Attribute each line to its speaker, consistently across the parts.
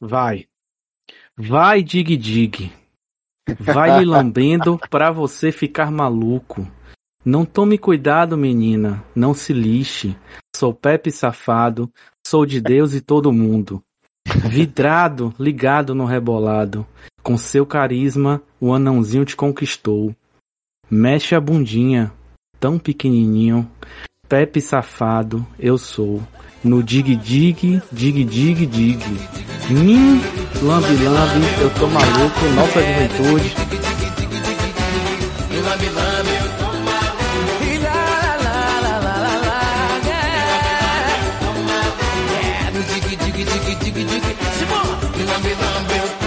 Speaker 1: Vai. Vai, Dig Dig. Vai lhe lambendo pra você ficar maluco. Não tome cuidado, menina. Não se lixe. Sou Pepe safado. Sou de Deus e todo mundo. Vidrado, ligado no rebolado. Com seu carisma, o anãozinho te conquistou. Mexe a bundinha, tão pequenininho. Pepe safado, eu sou. No dig dig, dig dig dig. Mim, lambe lambe, eu tô maluco, nossa juventude.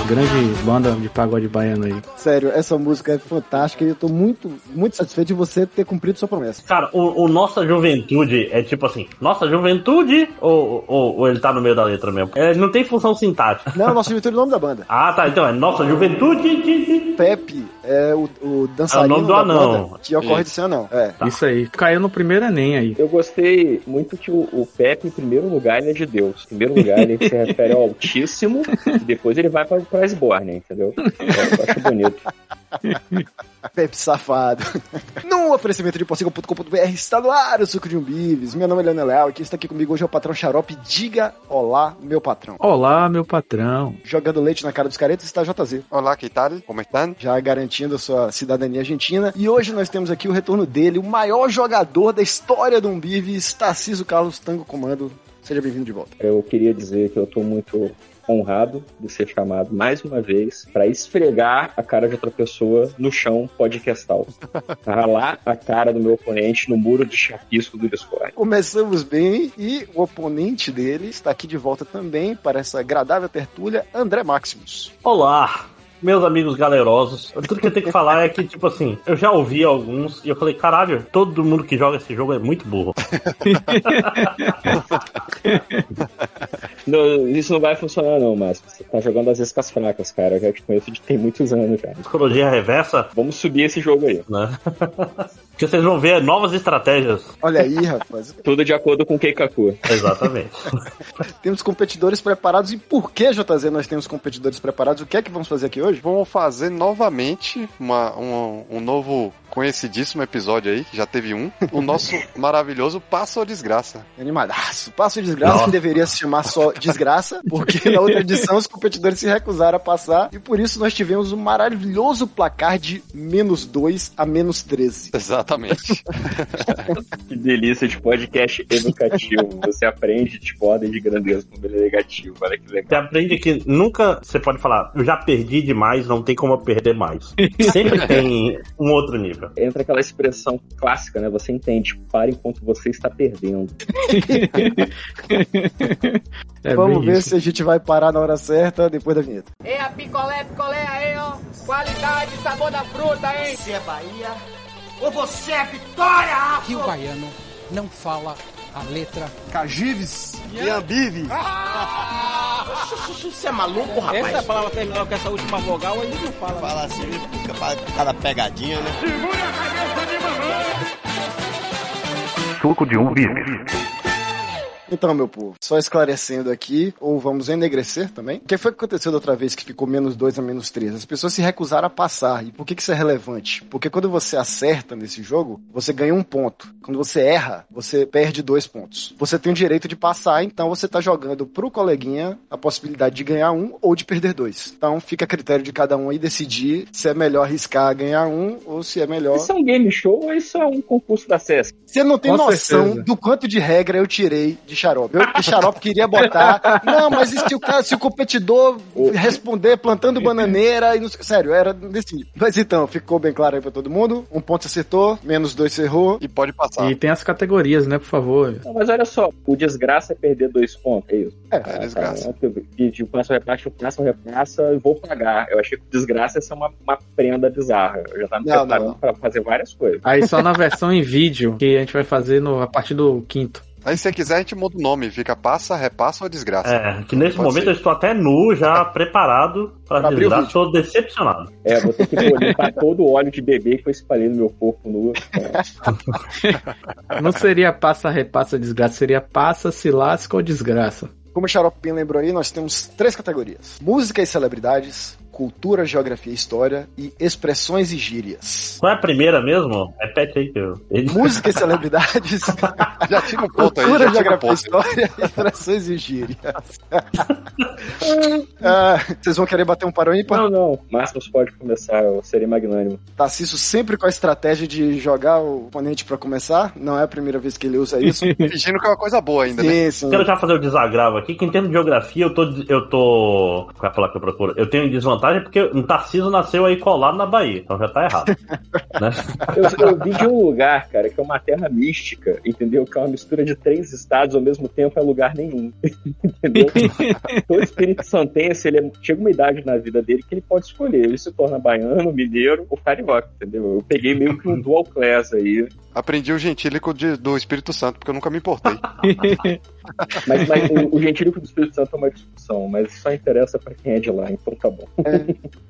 Speaker 1: Grande banda de pagode baiano aí.
Speaker 2: Sério, essa música é fantástica e eu tô muito, muito satisfeito de você ter cumprido sua promessa.
Speaker 3: Cara, o, o Nossa Juventude é tipo assim, Nossa Juventude ou, ou, ou ele tá no meio da letra mesmo? É, não tem função sintática.
Speaker 2: Não, nossa juventude é o nome da banda.
Speaker 3: Ah, tá, então é Nossa Juventude de- de-
Speaker 2: Pepe é o, o
Speaker 3: É o
Speaker 2: dançarino
Speaker 3: nome do
Speaker 2: da
Speaker 3: anão.
Speaker 2: banda que ocorre de ser anão. É.
Speaker 1: Isso aí. Caiu no primeiro Enem aí.
Speaker 4: Eu gostei muito que o, o Pepe, em primeiro lugar, ele é de Deus. Em primeiro lugar, ele se refere ao Altíssimo, e depois ele vai pra, pra Esbórnia, entendeu? Eu, eu acho bonito.
Speaker 2: Pepe safado. Num oferecimento de porcigão.com.br está no ar o suco de um bives. Meu nome é Leonel Leal e quem está aqui comigo hoje é o patrão xarope. Diga olá, meu patrão.
Speaker 1: Olá, meu patrão.
Speaker 2: Jogando leite na cara dos caretas está JZ,
Speaker 5: Olá, que tal? Como estão?
Speaker 2: já garantindo a sua cidadania argentina. E hoje nós temos aqui o retorno dele, o maior jogador da história do Umbives, Tarciso Carlos Tango Comando. Seja bem-vindo de volta.
Speaker 4: Eu queria dizer que eu tô muito honrado de ser chamado mais uma vez pra esfregar a cara de outra pessoa no chão podcastal. Ralar a cara do meu oponente no muro de chapisco do Discord.
Speaker 2: Começamos bem e o oponente dele está aqui de volta também para essa agradável tertúlia, André Maximus.
Speaker 3: Olá, meus amigos galerosos. Tudo que eu tenho que falar é que, tipo assim, eu já ouvi alguns e eu falei, caralho, todo mundo que joga esse jogo é muito burro.
Speaker 4: Não, isso não vai funcionar não, mas você tá jogando às vezes com as fracas, cara. Eu já te conheço de tem muitos anos já.
Speaker 3: Psicologia reversa,
Speaker 4: Vamos subir esse jogo aí.
Speaker 3: né? que vocês vão ver novas estratégias.
Speaker 2: Olha aí, rapaz.
Speaker 4: Tudo de acordo com o Keikaku.
Speaker 3: Exatamente.
Speaker 2: Temos competidores preparados. E por que, JZ, nós temos competidores preparados? O que é que vamos fazer aqui hoje?
Speaker 5: Vamos fazer novamente uma- um, um novo conhecidíssimo episódio aí, que já teve um, o nosso maravilhoso Passo ou Desgraça.
Speaker 2: Animadaço. Passo de desgraça,
Speaker 3: Nossa.
Speaker 2: que deveria se chamar só desgraça, porque na outra edição os competidores se recusaram a passar. E por isso nós tivemos um maravilhoso placar de menos 2 a menos 13.
Speaker 5: Exatamente.
Speaker 4: Que delícia de podcast educativo. Você aprende de ordem de grandeza como ele é negativo. Olha que legal.
Speaker 3: Você aprende que nunca você pode falar, eu já perdi demais, não tem como eu perder mais. Sempre tem um outro nível.
Speaker 4: Entra aquela expressão clássica, né? Você entende, para enquanto você está perdendo.
Speaker 1: É
Speaker 2: Vamos
Speaker 1: bem
Speaker 2: ver
Speaker 1: isso.
Speaker 2: se a gente vai parar na hora certa depois da vinheta.
Speaker 6: É a picolé, picolé aí, ó. Qualidade, sabor da fruta, hein? Você é Bahia ou você é Vitória,
Speaker 7: que o baiano não fala a letra
Speaker 6: Você é maluco, rapaz?
Speaker 8: Essa palavra terminal com essa última vogal, ele não fala. Fala assim, fica pra cada pegadinha, né?
Speaker 2: Então, meu povo, só esclarecendo aqui, ou vamos enegrecer também. O que foi que aconteceu da outra vez que ficou menos 2 a menos 3? As pessoas se recusaram a passar. E por que que isso é relevante? Porque quando você acerta nesse jogo, você ganha um ponto. Quando você erra, você perde dois pontos. Você tem o direito de passar, então você tá jogando pro coleguinha a possibilidade de ganhar um ou de perder dois. Então fica a critério de cada um aí decidir se é melhor arriscar ganhar um ou se é melhor.
Speaker 4: Isso é um game show ou isso é um concurso da SESC?
Speaker 2: Você não tem
Speaker 1: Com
Speaker 2: noção
Speaker 1: certeza.
Speaker 2: do quanto de regra eu tirei de xarope. Eu, de xarope queria botar. Não, mas e se o, cara, se o competidor responder plantando bananeira e não sei. Sério, era desse nível. Mas então, ficou bem claro aí pra todo mundo. Um ponto você acertou, menos dois você errou.
Speaker 5: E pode passar.
Speaker 1: E tem as categorias, né, por favor?
Speaker 4: Não, mas olha só, o desgraça é perder dois pontos, é isso?
Speaker 2: É,
Speaker 5: é desgraça.
Speaker 4: Tá, eu passo, repassa, eu passo, repassa, eu vou pagar. Eu achei que desgraça ia ser uma, uma prenda bizarra. Eu já tava me
Speaker 2: Não,
Speaker 4: preparando
Speaker 2: não.
Speaker 4: pra fazer várias coisas.
Speaker 1: Aí só na versão em vídeo, que a gente vai fazer no, a partir do quinto.
Speaker 5: Aí se você quiser, a gente muda o nome, fica Passa, Repassa ou Desgraça.
Speaker 3: É, que nesse
Speaker 5: Pode
Speaker 3: momento
Speaker 5: ser.
Speaker 3: eu estou até nu, já preparado para
Speaker 2: abrir o
Speaker 3: desligar,
Speaker 2: vídeo.
Speaker 3: sou decepcionado.
Speaker 4: É, vou ter que pô, limpar todo o óleo de bebê que foi espalhando no meu corpo nu. É,
Speaker 1: Não seria passa, repassa, desgraça, seria passa, se lasca ou desgraça.
Speaker 2: Como o Xaropim lembrou aí, nós temos três categorias: música e celebridades, cultura, geografia e história e expressões e gírias.
Speaker 3: Qual é a primeira mesmo? Repete aí que eu. Ele-
Speaker 2: Música e celebridades,
Speaker 5: Já tira o ponto aí,
Speaker 2: cultura,
Speaker 5: já tira o
Speaker 2: geografia e
Speaker 5: ponto.
Speaker 2: história e expressões e gírias. Ah, vocês vão querer bater um parão ímpar?
Speaker 4: Não, não. Márcio pode começar, eu serei magnânimo.
Speaker 2: Tarcísio sempre com a estratégia de jogar o oponente pra começar. Não é a primeira vez que ele usa isso.
Speaker 5: Fingindo que é uma coisa boa ainda, né?
Speaker 2: sim, sim.
Speaker 3: Quero já fazer o desagravo aqui, que em termos de geografia eu tô. Eu tô. Qual é a palavra que eu procuro? Eu tenho desvantagem porque o Tarcísio nasceu aí colado na Bahia, então já tá errado. né?
Speaker 4: Eu, eu vi de um lugar, cara, que é uma terra mística, entendeu? Que é uma mistura de três estados ao mesmo tempo, é lugar nenhum. entendeu? Todo espírito santense, ele é- chega uma idade na vida dele que ele pode escolher. Ele se torna baiano, mineiro ou carioca, entendeu? Eu peguei meio que um dual class aí.
Speaker 5: Aprendi o gentílico de- do Espírito Santo, porque eu nunca me importei.
Speaker 4: Mas, mas o, o gentílico do Espírito Santo é uma discussão, mas só interessa pra quem é de lá, então tá bom.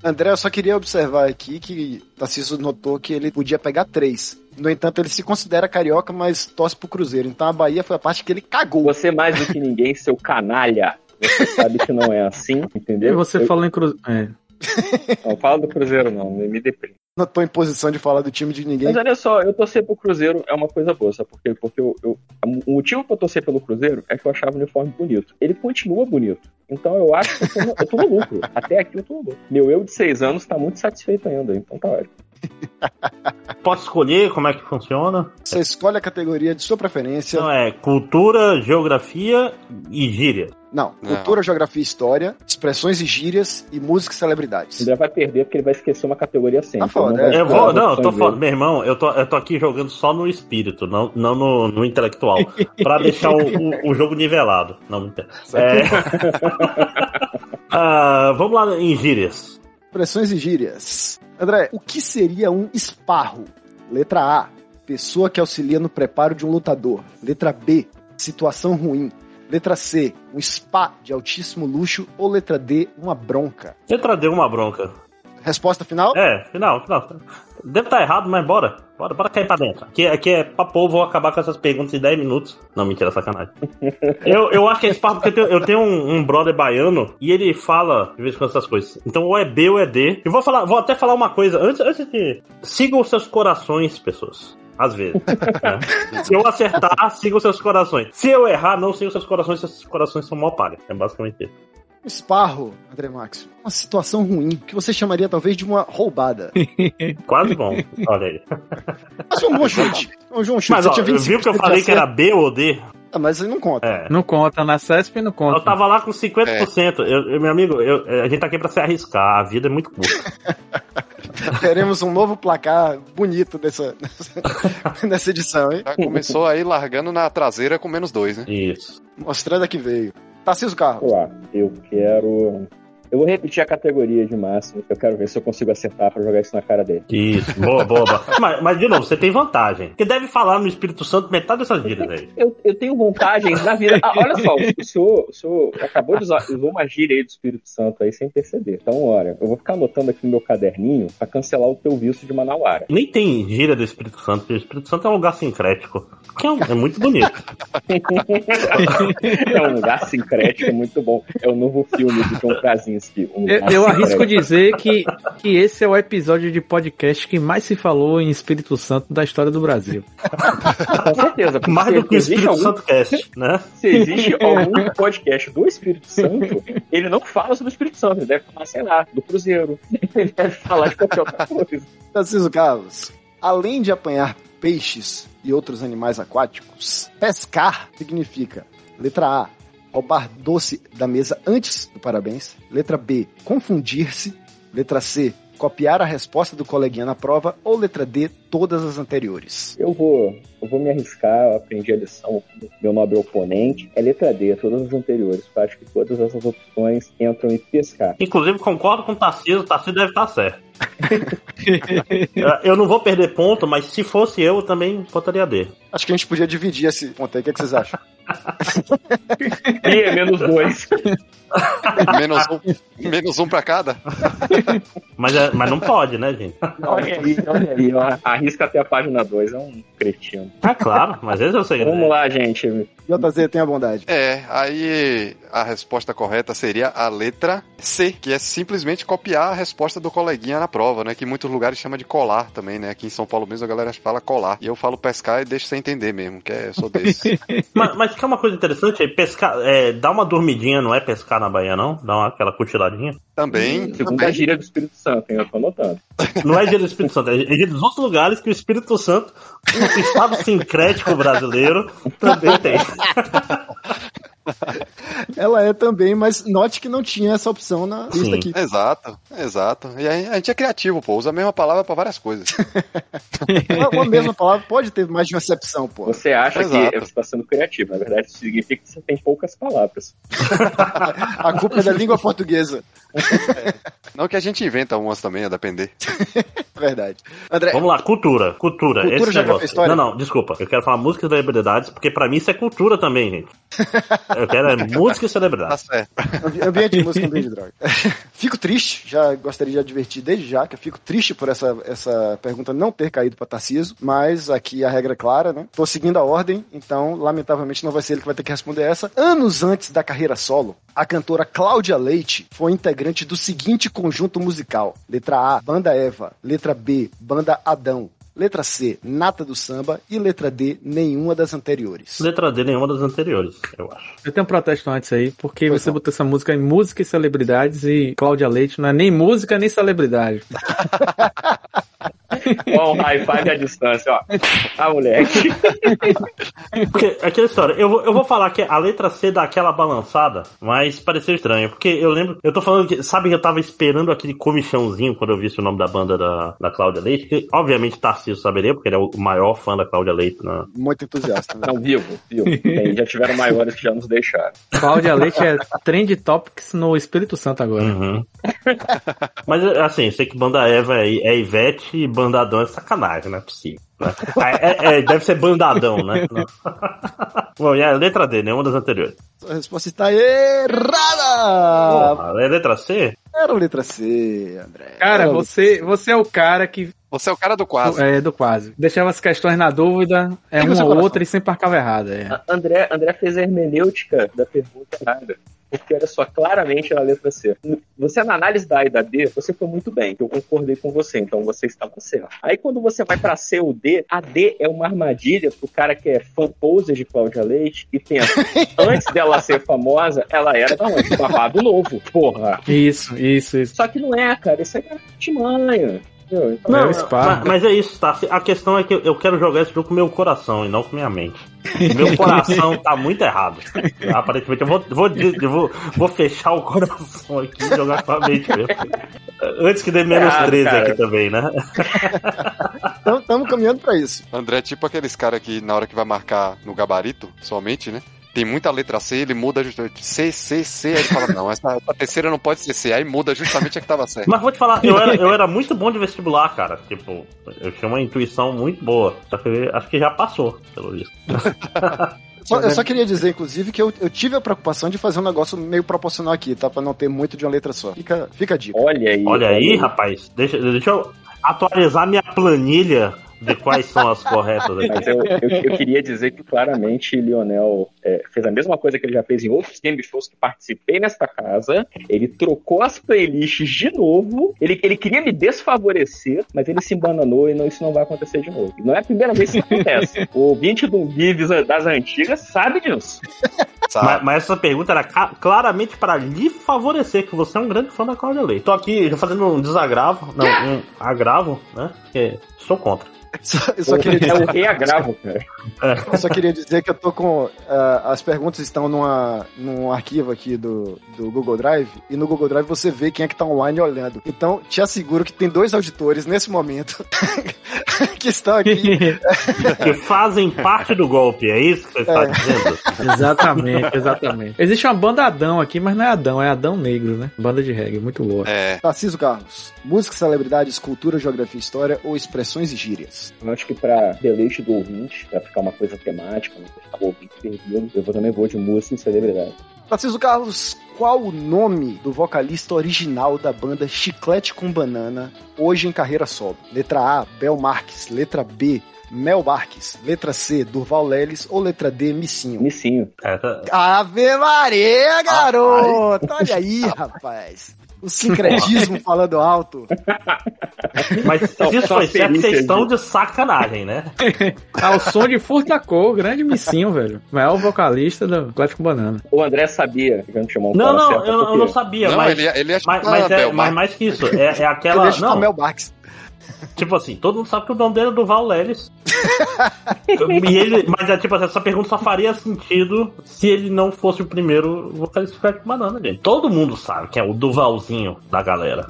Speaker 2: André, eu só queria observar aqui que Tarcísio notou que ele podia pegar três. No entanto, ele se considera carioca, mas torce pro Cruzeiro. Então a Bahia foi a parte que ele cagou.
Speaker 4: Você é mais do que ninguém, seu canalha. Você sabe que não é assim,
Speaker 1: E
Speaker 4: entendeu?
Speaker 1: você
Speaker 4: eu,
Speaker 1: falou em cruzeiro. É.
Speaker 4: Não fala do Cruzeiro, não, me me deprime.
Speaker 2: Não tô em posição de falar do time de ninguém.
Speaker 4: Mas é- olha só, eu torcer pro Cruzeiro é uma coisa boa, sabe por quê? Porque eu, eu- o motivo pra eu torcer pelo Cruzeiro é que eu achava o uniforme bonito. Ele continua bonito. Então eu acho que eu tô, no- eu tô no lucro. Até aqui eu tô no lucro. Meu eu de seis anos tá muito satisfeito ainda, então tá ótimo.
Speaker 3: Posso escolher como é que funciona?
Speaker 2: Você escolhe a categoria de sua preferência.
Speaker 3: Então é cultura, geografia e gíria.
Speaker 2: Não,
Speaker 5: Não.
Speaker 2: cultura, geografia e história, expressões e gírias e música e celebridades.
Speaker 4: Ainda vai perder porque ele vai esquecer uma categoria sempre.
Speaker 2: Tá foda,
Speaker 4: Ele não vai
Speaker 3: é. Eu vou,
Speaker 4: escolher as
Speaker 3: não, eu tô
Speaker 4: opções
Speaker 3: falando,
Speaker 4: dele.
Speaker 3: meu irmão, eu tô, eu tô aqui jogando só no espírito, não, não no, no intelectual, pra deixar o, o- o jogo nivelado. Não, não tem. É. Ah, vamos lá em gírias.
Speaker 2: Expressões e gírias. André, o que seria um esparro? Letra A. Pessoa que auxilia no preparo de um lutador. Letra B. Situação ruim. Letra C. Um spa de altíssimo luxo. Ou letra D. Uma bronca.
Speaker 3: Letra D, uma bronca.
Speaker 2: Resposta final?
Speaker 3: É, final, final. Deve estar errado, mas bora. Bora, bora cair pra dentro. Aqui, aqui é papo, vou acabar com essas perguntas em 10 minutos. Não, mentira, sacanagem. Eu, eu acho que é esse papo, porque eu tenho, eu tenho um, um brother baiano e ele fala de vez em quando essas coisas. Então ou é B ou é D. E vou falar, vou até falar uma coisa antes, antes de. Sigam os seus corações, pessoas. Às vezes. né? Se eu acertar, sigam os seus corações. Se eu errar, não sigam os seus corações, seus corações são mó palha. É basicamente isso.
Speaker 2: Um esparro, André Max. Uma situação ruim. Que você chamaria talvez de uma roubada.
Speaker 3: Quase bom. Olha aí.
Speaker 2: Mas foi um bom chute. Um bom chute.
Speaker 3: Mas
Speaker 2: Você tinha
Speaker 3: ó, viu que
Speaker 2: 25%
Speaker 3: eu
Speaker 2: de
Speaker 3: falei que era
Speaker 2: acerto.
Speaker 3: B ou D?
Speaker 2: Ah, Mas ele não conta.
Speaker 3: É.
Speaker 1: Não conta, na CESP não conta.
Speaker 3: Eu tava lá com 50%.
Speaker 4: É.
Speaker 3: Eu, eu- meu amigo, eu- a gente tá aqui pra se arriscar. A vida é muito curta.
Speaker 2: Teremos um novo placar bonito nessa, nessa edição, hein?
Speaker 5: Já começou aí largando na traseira com menos dois, né?
Speaker 3: Isso.
Speaker 2: Mostrando a que veio. Tarcísio Carlos.
Speaker 4: Vamos lá, eu quero. Eu vou repetir a categoria de máximo, que eu quero ver se eu consigo acertar pra jogar isso na cara dele.
Speaker 3: Isso. Boa, boa, boa. Mas, mas, de novo, você tem vantagem. Porque deve falar no Espírito Santo metade dessas gírias aí.
Speaker 4: Eu, eu tenho vantagens na vida. Ah, olha só, o senhor, o senhor acabou de usar usou uma gíria aí do Espírito Santo aí sem perceber. Então, olha, eu vou ficar anotando aqui no meu caderninho pra cancelar o teu visto de Manauara.
Speaker 3: Nem tem gíria do Espírito Santo. porque O Espírito Santo é um lugar sincrético. Que é, um- é muito bonito.
Speaker 4: É um lugar sincrético muito bom. É o novo filme do John Krasinski. Um
Speaker 1: Eu,
Speaker 2: Tá
Speaker 4: lugar
Speaker 1: eu arrisco
Speaker 4: sincrético.
Speaker 1: dizer que, que esse é o episódio de podcast que mais se falou em Espírito Santo da história do Brasil.
Speaker 4: Com certeza. porque
Speaker 3: Mais
Speaker 4: se-
Speaker 3: do que o
Speaker 4: existe
Speaker 3: Espírito
Speaker 4: algum-
Speaker 3: Santo Cast, né?
Speaker 4: Se existe algum podcast do Espírito Santo, ele não fala sobre o Espírito Santo. Ele deve falar, sei lá, do Cruzeiro. Ele deve falar de qualquer outra coisa.
Speaker 2: Tarcísio Carlos. Além de apanhar peixes e outros animais aquáticos, pescar significa letra A. Roubar doce da mesa antes do parabéns. Letra B. Confundir-se. Letra C. Copiar a resposta do coleguinha na prova. Ou letra D. Todas as anteriores.
Speaker 4: Eu vou, eu vou me arriscar, eu aprendi a lição do meu nobre oponente. É letra D, todas as anteriores. Eu acho que todas essas opções entram em pescar.
Speaker 3: Inclusive, concordo com o Tarcísio. O Tarcísio deve estar certo. É, Eu não vou perder ponto, mas se fosse eu, eu também botaria D.
Speaker 2: Acho que a gente podia dividir esse ponto aí. O que, é que vocês acham?
Speaker 4: E é menos dois.
Speaker 5: Menos um, menos um pra cada.
Speaker 3: Mas, é- mas não pode, né, gente?
Speaker 4: Olha aí, olha aí. ó. Arrisca até a página 2. É um cretino.
Speaker 3: Ah, claro, mas esse eu sei.
Speaker 4: Vamos lá, gente.
Speaker 2: JZ, tenha bondade.
Speaker 5: É, aí a resposta correta seria a letra C, que é simplesmente copiar a resposta do coleguinha na prova, né? Que em muitos lugares chama de colar também, né? Aqui em São Paulo mesmo a galera fala colar. E eu falo pescar e deixo sem entender mesmo, que é, eu sou desse.
Speaker 3: Mas, mas que é uma coisa interessante, é pescar, é, dar uma dormidinha não é pescar na Bahia, não? Dá uma, aquela cochiladinha.
Speaker 5: também,
Speaker 4: Segundo a
Speaker 5: também
Speaker 4: gíria do Espírito Santo, hein? Eu tô anotando.
Speaker 3: Não é dia do Espírito Santo, é dia dos outros lugares que o Espírito Santo, o estado sincrético brasileiro, também tem.
Speaker 2: Ela é também, mas note que não tinha essa opção na
Speaker 3: Sim.
Speaker 2: lista aqui.
Speaker 5: Exato, exato. E aí, a gente é criativo, pô. Usa a mesma palavra pra várias coisas.
Speaker 2: Uma, uma mesma palavra pode ter mais de uma acepção, pô.
Speaker 4: Você acha que
Speaker 5: Exato.
Speaker 4: você está sendo criativo. Na verdade, isso significa que você tem poucas palavras.
Speaker 2: A culpa é da língua portuguesa.
Speaker 5: Não que a gente inventa umas também, a depender.
Speaker 2: Verdade. André,
Speaker 3: Vamos lá, cultura, cultura.
Speaker 2: Cultura
Speaker 3: esse
Speaker 2: já
Speaker 3: negócio.
Speaker 2: foi história?
Speaker 3: Não, não, desculpa. Eu quero falar música e celebridades, porque pra mim isso é cultura também, gente. Eu quero é música e
Speaker 5: Tá
Speaker 3: celebridades.
Speaker 5: certo.
Speaker 2: ambi- ambiente de música, ambiente de droga. Fico triste, já gostaria de advertir desde já que eu fico triste por essa, essa pergunta não ter caído pra Tarciso, mas aqui a regra é clara, né? Tô seguindo a ordem, então lamentavelmente não vai ser ele que vai ter que responder essa. Anos antes da carreira solo, a cantora Cláudia Leite foi integrante do seguinte conjunto musical: letra A, banda Eva, letra B, banda Adão. Letra C, Nata do Samba e letra D, nenhuma das anteriores.
Speaker 3: Letra D nenhuma das anteriores, eu acho.
Speaker 1: Eu tenho um protesto antes aí, porque
Speaker 2: Pois é.
Speaker 1: você
Speaker 2: não.
Speaker 1: botou essa música em música e celebridades e Cláudia Leite não é nem música nem celebridade.
Speaker 4: Ó, um high five à distância, ó. Ah, moleque.
Speaker 3: Porque, aquela história, eu vou, eu vou falar que a letra C dá aquela balançada, mas pareceu estranho, porque eu lembro, eu tô falando que, sabe que eu tava esperando aquele comichãozinho quando eu vi o nome da banda da, da Cláudia Leite, que obviamente Tarcísio saberia, porque ele é o maior fã da Cláudia Leite na,
Speaker 2: Muito entusiasta, né?
Speaker 4: Não, vivo, vivo. Tem, já tiveram maiores que já nos deixaram.
Speaker 1: Cláudia Leite é trend topics no Espírito Santo agora.
Speaker 3: Uhum. Mas assim, eu sei que banda Eva é, é Ivete e bandadão é sacanagem, não é possível. né? É, é- é, deve ser bandadão, né? Não. Bom, e a letra D, nenhuma das anteriores.
Speaker 2: A resposta está errada!
Speaker 3: Porra, é letra C?
Speaker 2: Era a letra C, André.
Speaker 1: Cara,
Speaker 2: Era a
Speaker 1: você, você é o cara que
Speaker 5: Você é o cara do quase.
Speaker 1: é do quase. Deixava as questões na dúvida, é
Speaker 2: Diga o
Speaker 1: uma
Speaker 2: seu
Speaker 1: ou
Speaker 2: coração.
Speaker 1: outra e sempre marcava errada. É.
Speaker 4: A- André, André fez a hermenêutica da pergunta errada. Porque olha só, claramente era a letra C. Você na análise da A e da D, você foi muito bem. Eu concordei com você, então você estava certo. Aí quando você vai pra C ou D, a D é uma armadilha pro cara que é fan poser de Cláudia Leite e pensa, antes dela ser famosa, ela era da onde? Babado novo, porra.
Speaker 1: Isso, isso, isso.
Speaker 4: Só que não é, cara, isso é artimanha. entendeu? Então,
Speaker 1: Não, é o
Speaker 3: Mas,
Speaker 1: Spark.
Speaker 3: mas é isso, tá? A questão é que eu- eu quero jogar esse jogo com meu coração e não com minha mente. Meu coração tá muito errado. Aparentemente, eu vou, vou, de- eu vou, vou fechar o coração aqui e jogar com a mente mesmo. Antes que dê menos
Speaker 4: Errado,
Speaker 3: 13
Speaker 4: cara.
Speaker 3: aqui também, né?
Speaker 2: Estamos caminhando para isso.
Speaker 5: André é tipo aqueles cara que na hora que vai marcar no gabarito, somente, né? Tem muita letra C, ele muda justamente C, C, C, aí ele fala, não, essa a terceira não pode ser C, aí muda justamente a que tava certa.
Speaker 3: Mas vou te falar, eu era, eu era muito bom de vestibular, cara. Tipo, eu tinha uma intuição muito boa. Só que eu acho que já passou, pelo visto.
Speaker 2: Só- eu só queria dizer, inclusive, que eu, eu tive a preocupação de fazer um negócio meio proporcional aqui, tá? Pra não ter muito de uma letra só. Fica, fica a dica.
Speaker 4: Olha aí.
Speaker 3: Olha aí, rapaz, deixa, deixa eu atualizar minha planilha de quais são as corretas
Speaker 4: Mas
Speaker 3: aqui.
Speaker 4: eu, eu- eu queria dizer que claramente Lionel é, fez a mesma coisa que ele já fez em outros game shows que participei nesta casa. Ele trocou as playlists de novo. Ele, ele queria me desfavorecer, mas ele se embananou e não, isso não vai acontecer de novo. Não é a primeira vez que isso acontece. O ouvinte do Vives das antigas sabe disso.
Speaker 5: Sabe?
Speaker 3: Mas, mas essa pergunta era ca- claramente para lhe favorecer, que você é um grande fã da Cláudia Leite. Tô aqui já fazendo um desagravo, não, um agravo, né? Porque sou contra.
Speaker 2: Só- eu, só queria
Speaker 4: é o
Speaker 2: dizer,
Speaker 4: reagravo, cara.
Speaker 2: eu só queria dizer que eu tô com. ah, as perguntas estão numa, num arquivo aqui do, do Google Drive, e no Google Drive você vê quem é que tá online olhando. Então, te asseguro que tem dois auditores nesse momento que estão aqui
Speaker 3: Que fazem parte do golpe, é isso que você está dizendo?
Speaker 1: Exatamente, exatamente. Existe uma banda Adão aqui, mas não é Adão, é Adão Negro, né? Banda de reggae, muito boa.
Speaker 5: É,
Speaker 2: Tarcísio Carlos, música, celebridades, cultura, geografia, história ou expressões e gírias?
Speaker 4: Eu acho que pra deleite do ouvinte, pra ficar uma coisa temática, não deixar o ouvinte perdido, eu vou- também vou de música e celebridade.
Speaker 2: Tarcísio Carlos, qual o nome do vocalista original da banda Chiclete com Banana, hoje em carreira solo? Letra A, Bel Marques. Letra B, Mel Marques. Letra C, Durval Lelis. Ou letra D, Missinho?
Speaker 4: Missinho.
Speaker 3: Essa-
Speaker 2: Ave Maria, garoto! Olha aí, rapaz. O sincretismo falando alto.
Speaker 3: Mas se isso
Speaker 4: só
Speaker 3: foi certo,
Speaker 4: perícia,
Speaker 3: vocês estão de sacanagem, né?
Speaker 1: Ao Ah, som de Furtacô, grande missinho, velho. Maior vocalista do Atlético Banana.
Speaker 4: O André sabia que eu não chamou o
Speaker 3: Não,
Speaker 4: cara
Speaker 3: não,
Speaker 4: certo,
Speaker 3: eu, eu
Speaker 4: porque-
Speaker 3: não sabia,
Speaker 5: não,
Speaker 3: mas,
Speaker 5: ele, ele tipo acha
Speaker 3: mas,
Speaker 5: que
Speaker 3: mas é,
Speaker 5: Bel
Speaker 3: mas
Speaker 5: Marques.
Speaker 3: mais que isso, é, é
Speaker 2: Eu
Speaker 3: aquela.
Speaker 2: deixo pra
Speaker 3: Não,
Speaker 2: Mel Marques.
Speaker 3: tipo assim, todo mundo sabe que o nome dele é Duval Lelis. e ele, mas é tipo assim, essa pergunta só faria sentido se ele não fosse o primeiro vocalista do Crack Banana, gente. Todo mundo sabe que é o Duvalzinho da galera.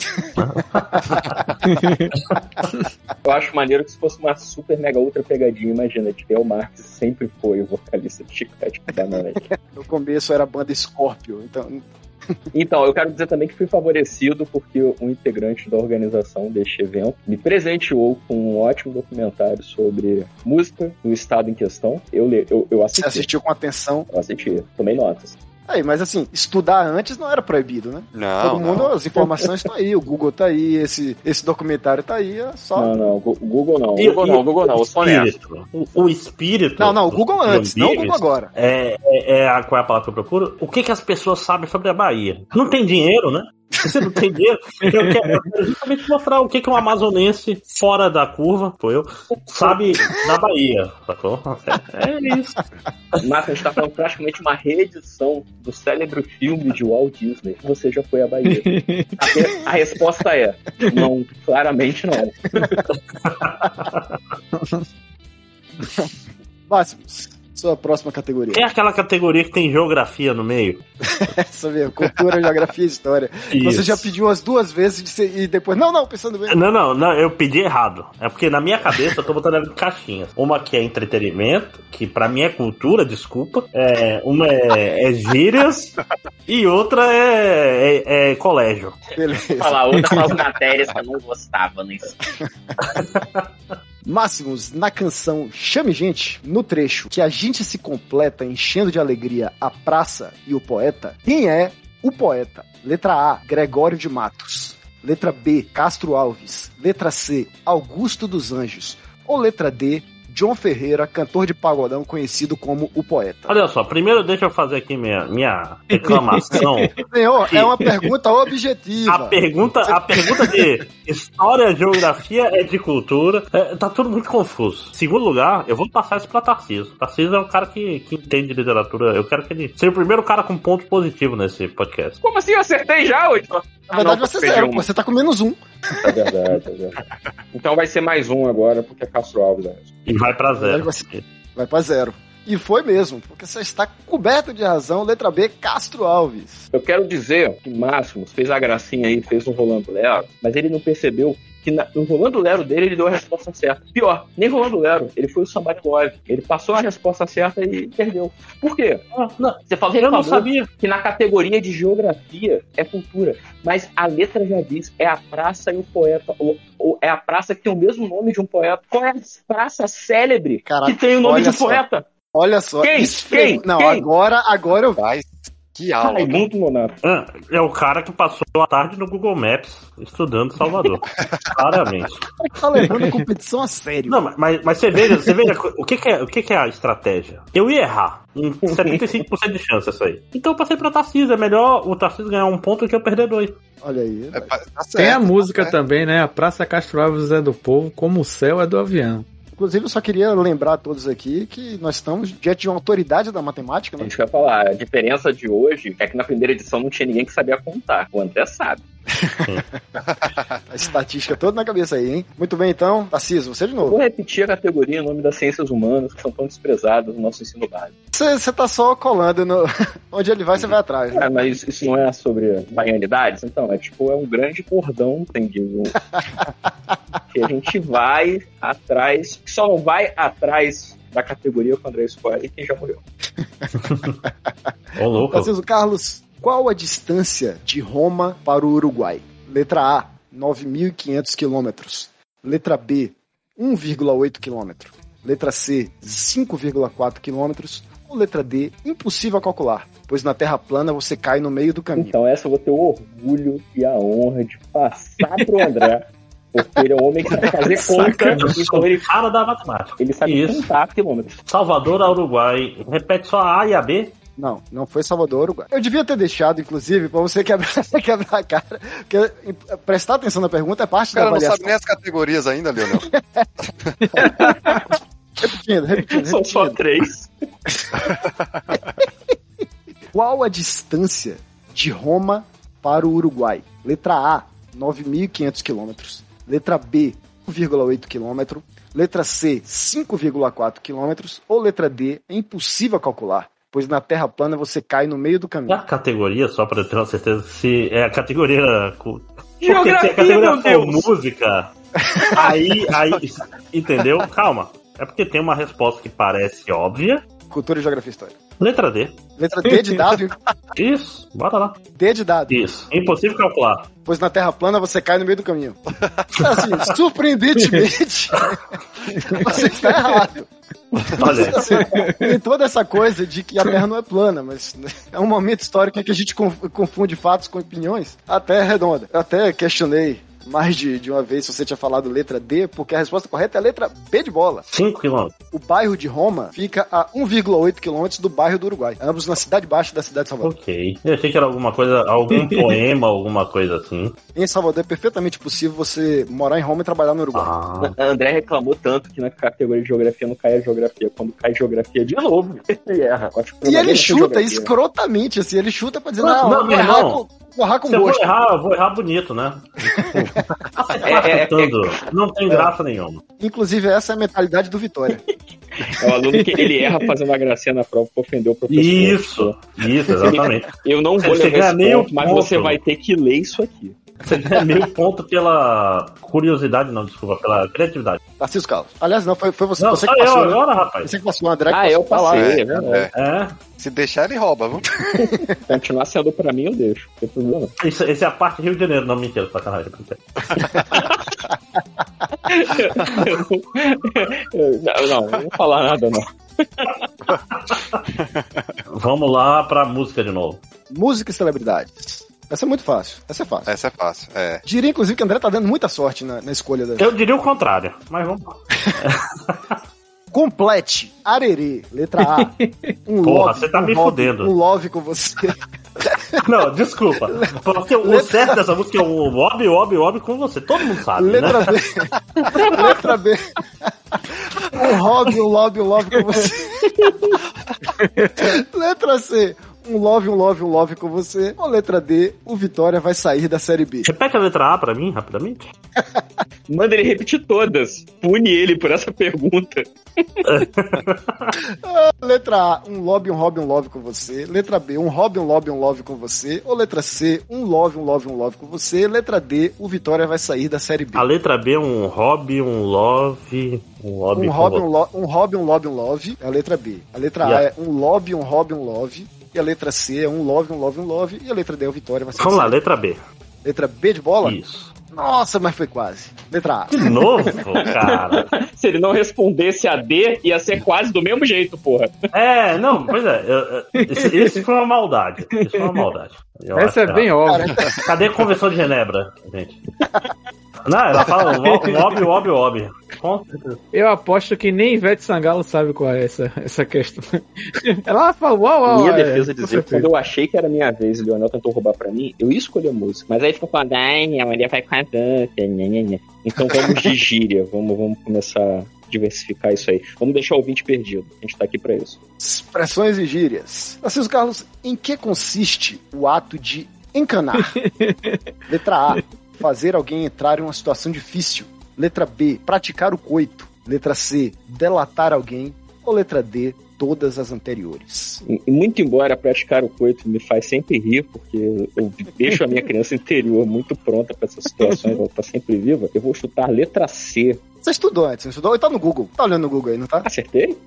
Speaker 4: Eu acho maneiro que se fosse uma super mega ultra pegadinha, imagina, de Bel Marx sempre foi o vocalista de Chiclete com Banana.
Speaker 2: No começo era a banda Scorpio, então
Speaker 4: Então, eu quero dizer também que fui favorecido porque um integrante da organização deste evento me presenteou com um ótimo documentário sobre música no estado em questão. Eu, le- eu, eu
Speaker 2: você
Speaker 4: assisti.
Speaker 2: assistiu com atenção.
Speaker 4: Eu assisti, tomei notas.
Speaker 2: Aí, mas assim, estudar antes não era proibido, né?
Speaker 5: Não,
Speaker 2: Todo
Speaker 5: não.
Speaker 2: mundo, as informações estão aí, o Google tá aí, esse, esse documentário tá aí, é só.
Speaker 4: Não,
Speaker 2: Não,
Speaker 4: não, Gu- Google não.
Speaker 3: E-
Speaker 4: Google
Speaker 3: e-
Speaker 4: não, Google não, é. eu sou honesto.
Speaker 3: espírito, o, o espírito.
Speaker 2: não, o
Speaker 3: do-
Speaker 2: Google
Speaker 3: do
Speaker 2: antes, não o Google
Speaker 3: Ambives
Speaker 2: agora.
Speaker 3: É, é, é a, qual é a palavra que eu procuro? O que, que as pessoas sabem sobre a Bahia? Não tem dinheiro, né? Você não tem dinheiro. Eu quero, eu quero justamente mostrar o que, que um amazonense fora da curva, foi eu, sabe da Bahia. sacou? É isso.
Speaker 4: Mas a gente tá falando praticamente uma reedição do célebre filme de Walt Disney. Você já foi à Bahia. A, re- a resposta é: não, claramente não.
Speaker 2: Máximos, sua próxima categoria.
Speaker 3: É aquela categoria que tem geografia no meio.
Speaker 2: Essa mesmo, cultura, geografia e história. Você
Speaker 3: Isso.
Speaker 2: já pediu umas duas vezes de ser- e depois. Não, não, pensando bem.
Speaker 3: Não, não, não, eu pedi errado. É porque na minha cabeça eu tô botando ela em caixinhas. Uma que é entretenimento, que pra mim é cultura, desculpa. É, uma é, é gírias e outra é, é- é colégio.
Speaker 2: Beleza.
Speaker 9: falar outras matérias que eu não gostava nisso.
Speaker 2: Máximos, na canção Chame Gente, no trecho que a gente se completa enchendo de alegria a praça e o poeta, quem é o poeta? Letra A, Gregório de Matos. Letra B, Castro Alves. Letra C, Augusto dos Anjos. Ou letra D, John Ferreira, cantor de pagodão conhecido como o poeta.
Speaker 3: Olha só, primeiro deixa eu fazer aqui minha, minha reclamação.
Speaker 2: Senhor, é uma pergunta
Speaker 3: A
Speaker 2: objetiva.
Speaker 3: pergunta, a pergunta de história, geografia é de cultura. É, tá tudo muito confuso. Segundo lugar, eu vou passar isso pra Tarcísio. Tarcísio é um cara que, que entende literatura. Eu quero que ele seja o primeiro cara com ponto positivo nesse podcast.
Speaker 9: Como assim? Eu acertei já, hoje?
Speaker 2: Na verdade,
Speaker 4: não,
Speaker 2: você
Speaker 4: perdi
Speaker 2: zero,
Speaker 4: uma.
Speaker 2: você tá com menos um.
Speaker 4: É verdade, é verdade. Então vai ser mais um agora, porque é Castro Alves. né?
Speaker 3: E vai pra
Speaker 2: Na verdade,
Speaker 3: zero.
Speaker 2: você vai pra zero. E foi mesmo, porque você está coberto de razão. Letra B, Castro Alves.
Speaker 4: Eu quero dizer que Máximos fez a gracinha aí, fez um Rolando Lero, mas ele não percebeu que na- no Rolando Lero dele ele deu a resposta certa. Pior, nem Rolando Lero, ele foi o Somebody Love. Ele passou a resposta certa e perdeu. Por quê?
Speaker 3: Ah, não,
Speaker 4: Você falou
Speaker 3: eu não
Speaker 4: reclamou
Speaker 3: sabia.
Speaker 4: que na categoria de geografia é cultura, mas a letra já diz, é a praça e o poeta, ou, ou é a praça que tem o mesmo nome de um poeta. Qual é a praça célebre
Speaker 2: Caraca,
Speaker 4: que tem o nome
Speaker 2: olha
Speaker 4: de um
Speaker 2: só.
Speaker 4: poeta?
Speaker 2: Olha só.
Speaker 4: Quem?
Speaker 2: esfregou-
Speaker 4: Quem?
Speaker 2: Não,
Speaker 4: Quem?
Speaker 2: agora, agora eu vi.
Speaker 5: Rapaz, que aula.
Speaker 4: Raimundo Nonato.
Speaker 3: Ah, É o cara que passou a tarde no Google Maps estudando Salvador. Claramente.
Speaker 2: Tá levando a competição a sério.
Speaker 3: Não, mas- mas, mas você veja, você veja o, que, que é, o que, que é a estratégia. Eu ia errar. um Em 75% de chance isso aí. Então eu passei pra Tarcísio. É melhor o Tarcísio ganhar um ponto do que eu perder dois.
Speaker 2: Olha aí.
Speaker 5: É, pa- tá certo,
Speaker 1: Tem a música
Speaker 5: tá certo.
Speaker 1: também, né? A Praça Castro Alves é do povo, como o céu é do avião.
Speaker 2: Inclusive, eu só queria lembrar a todos aqui que nós estamos diante de uma autoridade da matemática,
Speaker 4: A
Speaker 2: né?
Speaker 4: gente vai falar, a diferença de hoje é que na primeira edição não tinha ninguém que sabia contar. O André sabe.
Speaker 2: A estatística toda na cabeça aí, hein? Muito bem, então, Tarcísio, você de
Speaker 4: Vou
Speaker 2: novo.
Speaker 4: repetir a categoria em nome das ciências humanas, que são tão desprezadas no nosso ensino básico.
Speaker 2: Você você tá só colando no... onde ele vai, você vai atrás, né?
Speaker 4: Ah, mas isso não é sobre baianidades? Então, é tipo, é um grande cordão tendido. que a gente vai atrás, que só não vai atrás da categoria com o André Square, que já morreu.
Speaker 3: Ô, louco.
Speaker 2: Tarcísio é Carlos, qual a distância de Roma para o Uruguai? Letra A, 9.500 quilômetros. Letra um B, 1,8 quilômetro. Letra C, 5,4 quilômetros. Ou letra D, impossível a calcular, pois na Terra plana você cai no meio do caminho.
Speaker 4: Então, essa eu vou ter o orgulho e a honra de passar pro André. Porque ele é um homem que sabe fazer conta,
Speaker 3: Sacana, eu
Speaker 4: então
Speaker 3: sou
Speaker 4: ele,
Speaker 3: é cara da matemática.
Speaker 4: ele sabe
Speaker 3: Isso.
Speaker 4: contar quilômetros.
Speaker 3: Salvador a Uruguai. Repete só a A e a B.
Speaker 2: Não, não foi Salvador, Uruguai. Eu devia ter deixado, inclusive, pra você quebrar, quebrar a cara, porque eh, prestar atenção na pergunta é parte
Speaker 5: O cara
Speaker 2: da
Speaker 5: não sabe
Speaker 2: avaliação.
Speaker 5: nem as categorias ainda, Leonel.
Speaker 2: Repetindo, repetindo,
Speaker 4: São só
Speaker 2: repetindo.
Speaker 4: três.
Speaker 2: Qual a distância de Roma para o Uruguai? Letra A, 9.500 quilômetros. Letra B, 1,8 quilômetro. Letra C, 5,4 quilômetros. Ou letra D, é impossível calcular, pois na Terra plana você cai no meio do
Speaker 3: É a
Speaker 2: caminho.
Speaker 3: categoria, só pra eu ter uma certeza se é a categoria. cu- Porque se é
Speaker 10: Geografia,
Speaker 3: a categoria
Speaker 10: meu
Speaker 3: for
Speaker 10: Deus.
Speaker 3: música, aí, aí. Entendeu? Calma. É porque tem uma resposta que parece óbvia.
Speaker 2: Cultura, geografia e história.
Speaker 3: Letra D.
Speaker 2: Letra D de dado,
Speaker 3: Isso, bora lá.
Speaker 2: D de dado.
Speaker 3: Isso. É Impossível calcular.
Speaker 2: Pois na Terra plana você cai no meio do caminho. Assim, surpreendentemente, você está errado.
Speaker 3: Olha aí.
Speaker 2: Assim, tem toda essa coisa de que a Terra não é plana, mas é um momento histórico em que a gente conf- confunde fatos com opiniões. A Terra é redonda. Eu até questionei mais de, de uma vez se você tinha falado letra D, porque a resposta correta é a letra B de bola.
Speaker 3: 5 km.
Speaker 2: O bairro de Roma fica a 1,8 quilômetros do bairro do Uruguai, ambos na cidade baixa da cidade de Salvador.
Speaker 3: Ok. Eu achei que era alguma coisa, algum poema, alguma coisa assim.
Speaker 2: Em Salvador é perfeitamente possível você morar em Roma e trabalhar no Uruguai.
Speaker 3: Ah,
Speaker 4: A André reclamou tanto que na categoria de geografia não cai a geografia. Quando cai geografia de novo, ele erra. Eu
Speaker 3: Ah,
Speaker 4: acho
Speaker 2: E
Speaker 4: que
Speaker 2: ele
Speaker 4: provavelmente é
Speaker 2: chuta
Speaker 4: geografia.
Speaker 2: escrotamente, assim, ele chuta pra dizer,
Speaker 3: Não,
Speaker 2: não,
Speaker 3: não,
Speaker 2: eu vou errar
Speaker 3: não.
Speaker 2: com, vou errar com
Speaker 3: se eu vou
Speaker 2: gosto.
Speaker 3: errar, eu vou errar bonito, né?
Speaker 10: É, é, é,
Speaker 3: Tanto, não tem graça nenhuma.
Speaker 2: Inclusive, essa é a mentalidade do Vitória.
Speaker 4: É o aluno que ele erra fazendo uma gracinha na prova pra ofender o professor.
Speaker 3: Isso, isso, exatamente.
Speaker 4: Eu não vou
Speaker 3: Você
Speaker 4: levar
Speaker 3: ganha
Speaker 4: esse
Speaker 3: meio
Speaker 4: ponto, mas
Speaker 3: ponto.
Speaker 4: você vai ter que ler isso aqui.
Speaker 3: Você ganha meio ponto pela curiosidade, não, desculpa, pela criatividade.
Speaker 2: Tarcísio Carlos. Aliás, não, foi, foi você,
Speaker 3: Não,
Speaker 2: você
Speaker 3: só
Speaker 2: que
Speaker 3: eu
Speaker 2: passou, né?
Speaker 3: agora, rapaz.
Speaker 2: Você que passou, o André que
Speaker 4: Ah, eu
Speaker 2: passou.
Speaker 4: passei,
Speaker 5: É,
Speaker 4: é verdade.
Speaker 3: É,
Speaker 5: Se deixar, ele rouba, viu?
Speaker 4: Continuar sendo pra mim, eu deixo. Não tem problema. não.
Speaker 3: isso, esse é a parte Rio de Janeiro, não, mentira, é sacanagem.
Speaker 4: Eu- Não, não, não vou falar nada, não.
Speaker 3: Vamos lá pra música de novo.
Speaker 2: Música e celebridades. Essa é muito fácil, essa é fácil.
Speaker 5: Essa é fácil. É.
Speaker 2: Diria, inclusive, que o André tá dando muita sorte na, na escolha da...
Speaker 3: Eu diria o contrário, mas vamos lá.
Speaker 2: Complete, arerê, letra A. Um
Speaker 3: Porra,
Speaker 2: love,
Speaker 3: você tá
Speaker 2: um
Speaker 3: me
Speaker 2: hobby,
Speaker 3: fudendo.
Speaker 2: Um love com você.
Speaker 3: Não, desculpa. Porque o certo dessa música é o Bob, Bob, Bob com você. Todo mundo sabe, né?
Speaker 2: Letra B. letra B. Um hobby, um love, um love com você. letra C. Um love, um love, um love com você. Ou letra D. O Vitória vai sair da Série B.
Speaker 3: Repete a letra A pra mim, rapidamente.
Speaker 4: Manda ele repetir todas. Pune ele por essa pergunta.
Speaker 2: Letra A. Um lobby, um hobby, um love com você. Letra B. Um hobby, um lobby, um love com você. Ou letra C. Um love, um love, um love com você. Letra D. O Vitória vai sair da Série B.
Speaker 3: A letra B, um hobby, um love, um lobby
Speaker 2: Um
Speaker 3: com
Speaker 2: hobby, um,
Speaker 3: você.
Speaker 2: lo- um hobby, um lobby, um love é a letra B. A letra
Speaker 3: Yeah.
Speaker 2: A é um lobby, um hobby, um love. E a letra C é um love, um love, um love. E a letra D é o Vitória. Vai ser
Speaker 3: Vamos lá,
Speaker 2: letra...
Speaker 3: letra B.
Speaker 2: letra B de bola?
Speaker 3: Isso.
Speaker 2: Nossa, mas foi quase. Letra A.
Speaker 3: De novo, cara.
Speaker 4: Se ele não respondesse a D, ia ser quase do mesmo jeito, porra.
Speaker 3: É, não, pois é. eu- eu- Isso, isso foi uma maldade. Isso foi uma maldade. Eu acho
Speaker 1: Essa é
Speaker 3: que-
Speaker 1: bem óbvia.
Speaker 3: Cadê a Convenção de Genebra, gente? Não, ela fala um ob, ob, ob.
Speaker 1: Eu aposto que nem Ivete Sangalo sabe qual é essa, essa questão. Ela fala, uau, uau.
Speaker 4: minha
Speaker 1: é,
Speaker 4: defesa
Speaker 1: com
Speaker 4: dizer que
Speaker 1: certeza.
Speaker 4: quando eu achei que era minha vez e o Leonel tentou roubar pra mim, eu ia escolher a música. Mas aí ficou falando, ai, minha mulher vai com a dança. nhanhanhã." Então vamos de gíria, vamos, vamos começar a diversificar isso aí. Vamos deixar o ouvinte perdido. A gente tá aqui pra isso.
Speaker 2: Expressões e gírias. Narciso Carlos, em que consiste o ato de encanar? letra A. Fazer alguém entrar em uma situação difícil. Letra B. Praticar o coito. Letra C. Delatar alguém. Ou letra D. Todas as anteriores.
Speaker 4: E- e Muito embora praticar o coito me faz sempre rir, porque eu deixo a minha criança interior muito pronta pra essas situações, ela tá sempre viva, eu vou chutar a letra C.
Speaker 2: Você estudou antes, não estudou? Ou tá no Google? Tá olhando no Google aí, não tá?
Speaker 4: Acertei?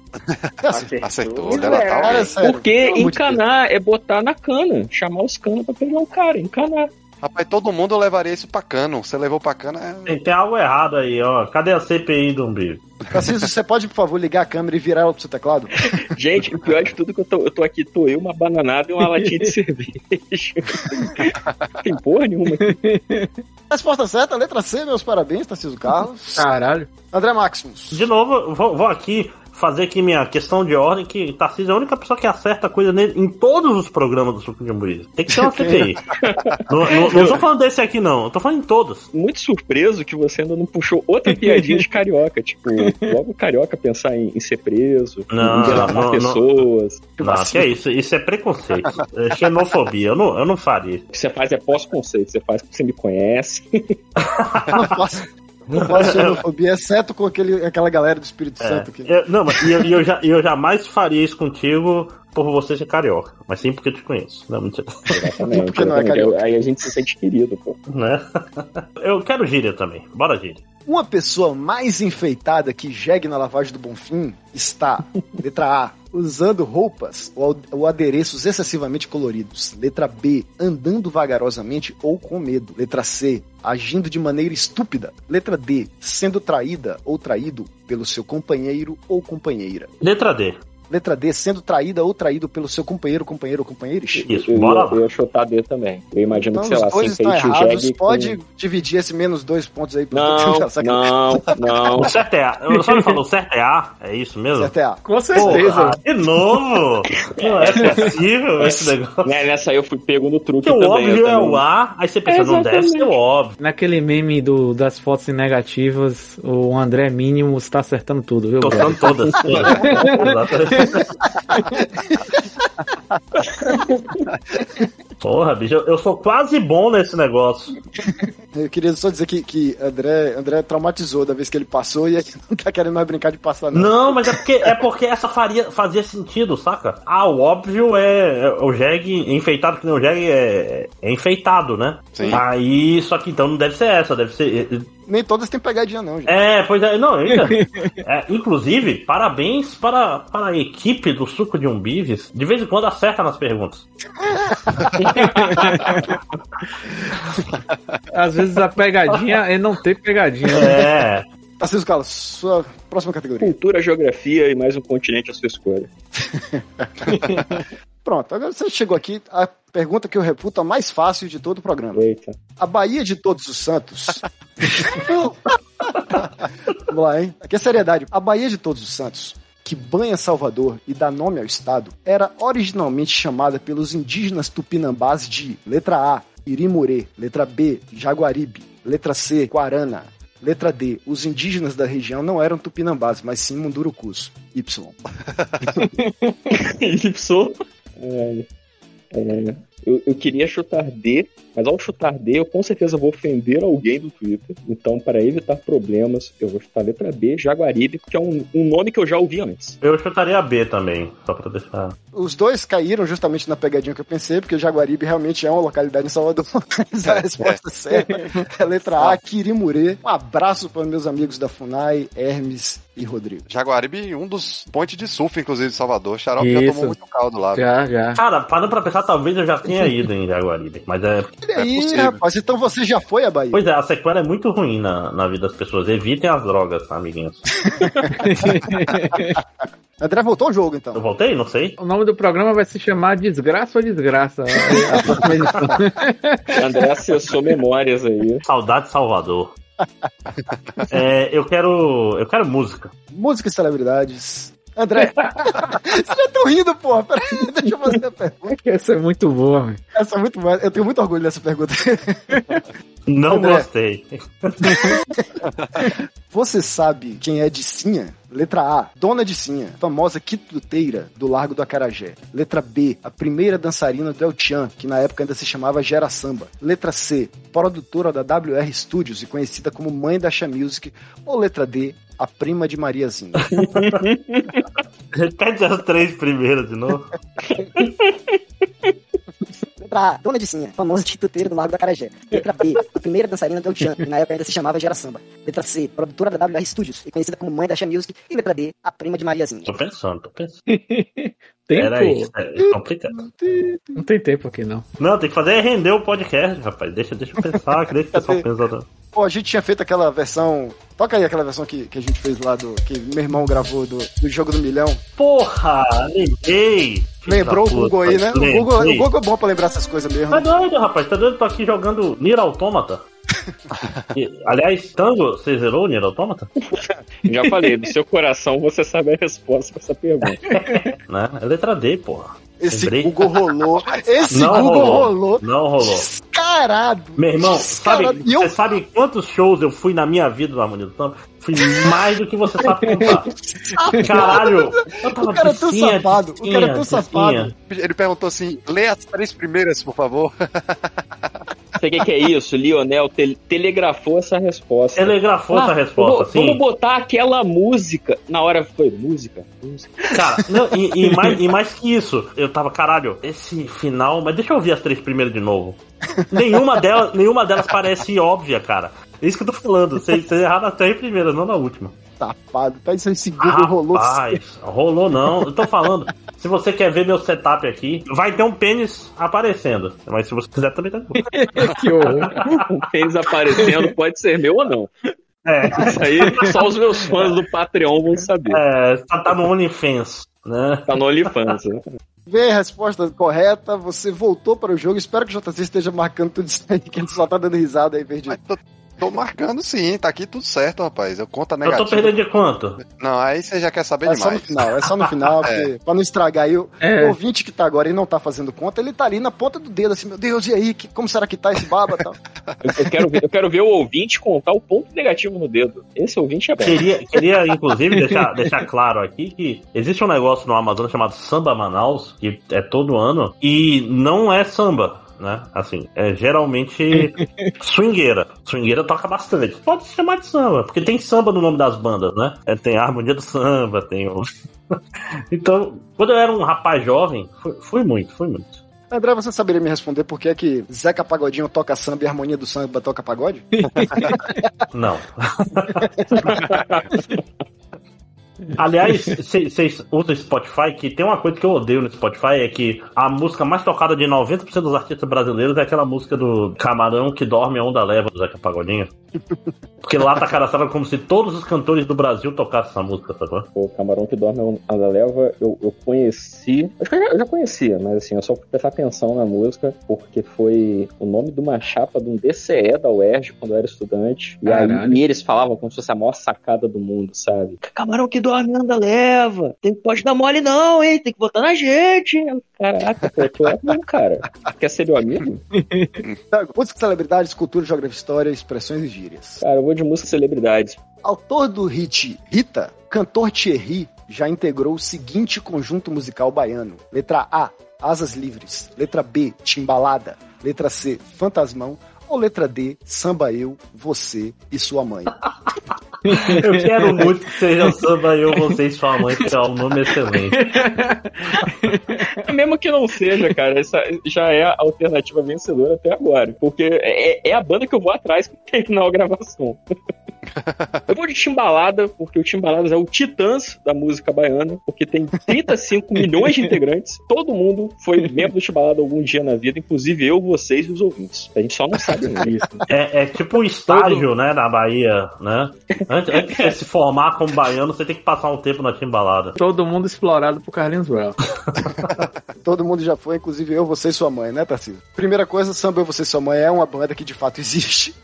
Speaker 5: Acertou.
Speaker 4: Isso
Speaker 5: Dela
Speaker 4: é,
Speaker 5: tá
Speaker 2: Cara,
Speaker 5: alguém.
Speaker 2: sério.
Speaker 4: Porque
Speaker 2: pelo amor de
Speaker 4: encanar é botar na cana, chamar os canos pra pegar o um cara, encanar.
Speaker 5: Rapaz, todo mundo levaria isso pra cano. Você levou pra cano, é...
Speaker 3: Tem, tem algo errado aí, ó. Cadê a CPI do umbigo?
Speaker 2: Narciso, você pode, por favor, ligar a câmera e virar ela pro seu teclado?
Speaker 11: Gente, o pior de tudo é que eu tô, eu tô aqui, tô eu, uma bananada e uma latinha de cerveja. Tem porra nenhuma aqui.
Speaker 2: Resposta certa, letra C, meus parabéns, Tarcísio Carlos.
Speaker 1: Caralho.
Speaker 2: André Maximus.
Speaker 3: De novo, eu vou, vou aqui fazer aqui minha questão de ordem, que Tarcísio é a única pessoa que acerta coisa nele, em todos os programas do Suco de Hamburguesa. Tem que ter uma CPI. não, não, não tô falando desse aqui, não. Eu tô falando em todos.
Speaker 11: Muito surpreso que você ainda não puxou outra piadinha de carioca. Tipo, logo carioca pensar em, em ser preso,
Speaker 3: Não,
Speaker 11: em delatar
Speaker 3: não, não.
Speaker 11: pessoas.
Speaker 3: Não, que é isso. Isso é preconceito. É xenofobia. Eu não, eu não faria.
Speaker 11: O que você faz é pós-conceito, você faz porque você me conhece.
Speaker 2: Não posso, não posso xenofobia, exceto com aquele, aquela galera do Espírito
Speaker 3: É.
Speaker 2: Santo aqui.
Speaker 3: Eu- não, mas e eu, e eu, já, e eu jamais faria isso contigo por você ser carioca. Mas sim porque eu te conheço. Não, mentira.
Speaker 11: Exatamente.
Speaker 2: Por que não é
Speaker 11: exatamente.
Speaker 2: carioca?
Speaker 11: Aí a gente se sente querido, pô.
Speaker 3: Né? Eu quero gíria também. Bora gíria.
Speaker 2: Uma pessoa mais enfeitada que jegue na lavagem do Bonfim está, letra A, usando roupas ou ou adereços excessivamente coloridos. Letra B, andando vagarosamente ou com medo. Letra C, agindo de maneira estúpida. Letra D, sendo traída ou traído pelo seu companheiro ou companheira.
Speaker 3: Letra D.
Speaker 2: Letra D, sendo traída ou traído pelo seu companheiro, companheiro ou companheiros.
Speaker 3: Isso,
Speaker 11: Eu,
Speaker 3: bora
Speaker 11: ia-
Speaker 3: lá.
Speaker 11: eu ia chutar D também. Eu imagino
Speaker 2: Então,
Speaker 11: que, sei lá,
Speaker 2: os dois
Speaker 11: sem
Speaker 2: estão
Speaker 11: peito o
Speaker 2: errados.
Speaker 11: jegue. com-
Speaker 2: Pode dividir esse menos dois pontos aí. pra-
Speaker 11: Não,
Speaker 2: Sacanagem.
Speaker 11: não, não.
Speaker 3: O certo é A. Eu só me falou, o certo é A? É isso mesmo?
Speaker 2: Certo é A.
Speaker 1: Com
Speaker 3: Porra, de novo? Não é possível esse negócio.
Speaker 11: Né, Nessa aí eu fui pego no
Speaker 3: Porque
Speaker 11: truque
Speaker 3: o
Speaker 11: também. eu
Speaker 3: óbvio é
Speaker 11: também-
Speaker 3: o A, aí você pensa, não deve ser o óbvio.
Speaker 1: Naquele meme do, das fotos negativas, o André Mínimo está acertando tudo, viu? brother?
Speaker 3: Tocando todas. Exatamente. Porra, bicho, eu- eu sou quase bom nesse negócio.
Speaker 2: Eu queria só dizer que, que André, André traumatizou da vez que ele passou e ele não tá querendo mais brincar de passar, não.
Speaker 3: Não, mas é porque, é porque essa faria, fazia sentido, saca? Ah, o óbvio é é o jegue enfeitado, que nem o jegue é, é enfeitado, né?
Speaker 5: Sim.
Speaker 3: Aí, só que então não deve ser essa, deve ser.
Speaker 2: Nem todas têm pegadinha, não, gente.
Speaker 3: É, pois é, não, eu entendo. É, inclusive, parabéns para, para a equipe do Suco de Umbives. De vez em quando acerta nas perguntas.
Speaker 1: Às vezes a pegadinha é não ter pegadinha. né?
Speaker 3: É.
Speaker 2: Tarcísio Carlos, sua próxima categoria.
Speaker 11: Cultura, geografia e mais um continente à sua escolha.
Speaker 2: Pronto, agora você chegou aqui, a pergunta que eu reputo a mais fácil de todo o programa.
Speaker 11: Eita.
Speaker 2: A Bahia de Todos os Santos. Vamos lá, hein? Aqui é seriedade. A Bahia de Todos os Santos, que banha Salvador e dá nome ao estado, era originalmente chamada pelos indígenas tupinambás de letra A, Irimurê, letra B, Jaguaribe, letra C, Guarana. Letra D. Os indígenas da região não eram tupinambás, mas sim mundurucus. Y.
Speaker 11: Gipsou. É, é, eu, eu queria chutar D, mas ao chutar D, eu com certeza vou ofender alguém do Twitter. Então, para evitar problemas, eu vou chutar letra B, Jaguaribe, que é um, um nome que eu já ouvi antes.
Speaker 3: Eu chutaria B também, só pra deixar.
Speaker 2: Os dois caíram justamente na pegadinha que eu pensei, porque Jaguaribe realmente é uma localidade em Salvador. Mas a resposta certa é a letra A, Quirimurê. Um abraço para meus amigos da FUNAI, Hermes e Rodrigo.
Speaker 5: Jaguaribe, um dos pontes de surf, inclusive, de Salvador. Xarope já
Speaker 1: Isso.
Speaker 5: tomou muito caldo lá.
Speaker 1: Já, já.
Speaker 3: Cara, parando pra pensar, talvez eu já tenha ido em Jaguaribe. Mas é.
Speaker 2: Olha
Speaker 5: É
Speaker 2: aí,
Speaker 5: possível.
Speaker 2: rapaz. Então você já foi à Bahia.
Speaker 3: Pois é, a sequela é muito ruim na, na vida das pessoas. Evitem as drogas, tá, amiguinhos.
Speaker 2: André voltou ao jogo,
Speaker 3: Eu
Speaker 2: então.
Speaker 3: voltei? Não sei.
Speaker 1: O nome do programa vai se chamar Desgraça ou Desgraça? né?
Speaker 11: André acessou memórias aí.
Speaker 3: Saudade de Salvador. É, eu quero. Eu quero música.
Speaker 2: Música e celebridades. André, vocês já estão rindo, porra. Peraí, deixa eu fazer a pergunta.
Speaker 1: Essa é muito boa, velho.
Speaker 2: Essa é muito mais. Eu tenho muito orgulho dessa pergunta.
Speaker 3: Não
Speaker 2: André.
Speaker 3: gostei.
Speaker 2: Você sabe quem é Dicinha? Letra A, Dona Dicinha, famosa quituteira do Largo do Acarajé. Letra B, a primeira dançarina do El Chan, que na época ainda se chamava Gera Samba. Letra C, produtora da WR Studios e conhecida como mãe da Xa Music. Ou letra D, a prima de Mariazinha.
Speaker 3: Repete as três primeiras de novo.
Speaker 12: Letra A, Dona Dicinha, famosa tituteira do Lago da Carajé. Letra B, a primeira dançarina do Chan, que na época ainda se chamava Gera Samba. Letra C, produtora da WR Studios e conhecida como mãe da Xa Music. E letra D, a prima de Mariazinha.
Speaker 3: Tô pensando, tô pensando.
Speaker 1: tempo?
Speaker 3: Era isso, é complicado.
Speaker 1: Não tem tempo aqui, não.
Speaker 3: Não, tem que fazer é render o podcast, rapaz. Deixa, deixa eu pensar, que deixa o pessoal pensar.
Speaker 2: Pô, a gente tinha feito aquela versão. Toca aí aquela versão que, que a gente fez lá do. Que meu irmão gravou do, do Jogo do Milhão.
Speaker 3: Porra, lembrei.
Speaker 2: Lembrou o
Speaker 3: Filho da
Speaker 2: Google
Speaker 3: puta,
Speaker 2: aí, né? O Google,
Speaker 3: lembrei.
Speaker 2: o Google é bom pra lembrar essas coisas mesmo.
Speaker 3: Tá doido, rapaz? Tá doido? Tô aqui jogando Nier Automata. E, aliás, Tango, você zerou o Nier Automata?
Speaker 11: Já falei, do seu coração você sabe a resposta pra essa pergunta.
Speaker 3: Né? É letra D, porra.
Speaker 2: Esse
Speaker 3: Lembrei.
Speaker 2: Google rolou. Esse
Speaker 3: Não
Speaker 2: Google
Speaker 3: rolou.
Speaker 2: rolou.
Speaker 3: Não rolou.
Speaker 2: Carado.
Speaker 3: Meu irmão, sabe,
Speaker 2: Descarado.
Speaker 3: você sabe quantos shows eu fui na minha vida do Harmonia do Samba? Fui mais do que você sabe contar. Caralho! Eu tava
Speaker 2: O cara é tão
Speaker 3: piscinha,
Speaker 2: safado, o cara é tão
Speaker 3: piscinha,
Speaker 2: safado.
Speaker 5: Ele perguntou assim: lê as três primeiras, por favor.
Speaker 11: Você que que é isso? Lionel te- telegrafou essa resposta.
Speaker 3: Telegrafou essa resposta,
Speaker 11: vamos,
Speaker 3: sim.
Speaker 11: Vamos botar aquela música. Na hora foi música? Música.
Speaker 3: Cara, não, e, e mais, e mais que isso, eu tava, caralho, esse final, mas deixa eu ouvir as três primeiras de novo. Nenhuma delas, nenhuma delas parece óbvia, cara. É isso que eu tô falando. Vocês vocês erraram as três primeiras, não na última.
Speaker 2: Tapado. Tá isso aí, esse Google rolou.
Speaker 3: Rapaz, rolou não. Eu tô falando. Se você quer ver meu setup aqui, vai ter um pênis aparecendo. Mas se você quiser também tá bom.
Speaker 1: É que horror.
Speaker 11: Um pênis aparecendo pode ser meu ou não.
Speaker 3: É,
Speaker 11: Isso aí só os meus fãs do Patreon vão saber.
Speaker 3: é tá, tá no OnlyFans, né?
Speaker 11: Tá no OnlyFans. né?
Speaker 2: Vê a resposta correta, você voltou para o jogo. Espero que o JC esteja marcando tudo isso aí, que ele só tá dando risada aí, perdido.
Speaker 5: Tô marcando sim, tá aqui tudo certo, rapaz. Eu conto a
Speaker 3: Eu tô
Speaker 5: negativa.
Speaker 3: perdendo de quanto?
Speaker 5: Não, aí você já quer saber
Speaker 2: É só no
Speaker 5: demais.
Speaker 2: final, é só no final, porque, pra não estragar aí, o
Speaker 1: É.
Speaker 2: o ouvinte que tá agora e não tá fazendo conta, ele tá ali na ponta do dedo, assim, meu Deus, e aí, que- como será que tá esse baba e tal?
Speaker 11: Eu, eu quero ver, eu quero ver o ouvinte contar o ponto negativo no dedo. Esse ouvinte é bom.
Speaker 3: Queria, queria inclusive, deixar, deixar claro aqui que existe um negócio no Amazonas chamado Samba Manaus, que é todo ano, e não é samba. Né? Assim, é geralmente swingueira. Swingueira toca bastante. Pode se chamar de samba, porque tem samba no nome das bandas, né? É, tem a harmonia do samba, tem o. então, quando eu era um rapaz jovem, fui, fui muito, fui muito.
Speaker 2: André, você saberia me responder por que é que Zeca Pagodinho toca samba e a harmonia do samba toca pagode?
Speaker 3: Não. Aliás, vocês usam Spotify, que tem uma coisa que eu odeio no Spotify, é que a música mais tocada de 90% dos artistas brasileiros é aquela música do Camarão que dorme a onda leva do Zeca Pagodinho. Porque lá tá cadastrado como se todos os cantores do Brasil tocassem essa música, sacou?
Speaker 11: O Camarão que Dorme é um, a Leva, eu, eu conheci. Acho que eu já, eu já conhecia, mas assim, eu só fui prestar atenção na música porque foi o nome de uma chapa de um DCE da UERJ quando eu era estudante. E, aí,
Speaker 1: Caralho.
Speaker 11: e eles falavam como se fosse a maior sacada do mundo, sabe? Camarão que dorme anda leva. Tem, pode dar mole, não, hein? Tem que botar na gente. Eu, Caraca, pô, tu é bom, cara. Quer ser meu amigo?
Speaker 2: Thiago, Música, celebridades, cultura, geografia, história, expressões e gírias.
Speaker 11: Cara, eu vou de música e celebridades.
Speaker 2: Autor do hit Rita, cantor Thierry já integrou o seguinte conjunto musical baiano: letra A, Asas Livres, letra B, Timbalada, letra C, Fantasmão ou letra D, Samba Eu, Você e Sua Mãe.
Speaker 3: Eu quero muito que seja samba eu, você e sua mãe, que é um nome excelente.
Speaker 11: Mesmo que não seja, cara, essa já é a alternativa vencedora até agora. Porque é, é a banda que eu vou atrás pra terminar a gravação. eu vou de Timbalada, porque o Timbaladas é o Titãs da música baiana, porque tem 35 milhões de integrantes. Todo mundo foi membro do Timbalada algum dia na vida, inclusive eu, vocês e os ouvintes. A gente só não sabe disso.
Speaker 3: É, é tipo um estágio, né, na Bahia, né? Antes, antes de você se formar como baiano, você tem que passar um tempo na timbalada.
Speaker 1: Todo mundo explorado por Carlinhos Brown.
Speaker 2: Todo mundo já foi, inclusive eu, você e sua mãe, né, Tarcísio? Primeira coisa, Samba Eu, Você e Sua Mãe é uma banda que de fato existe.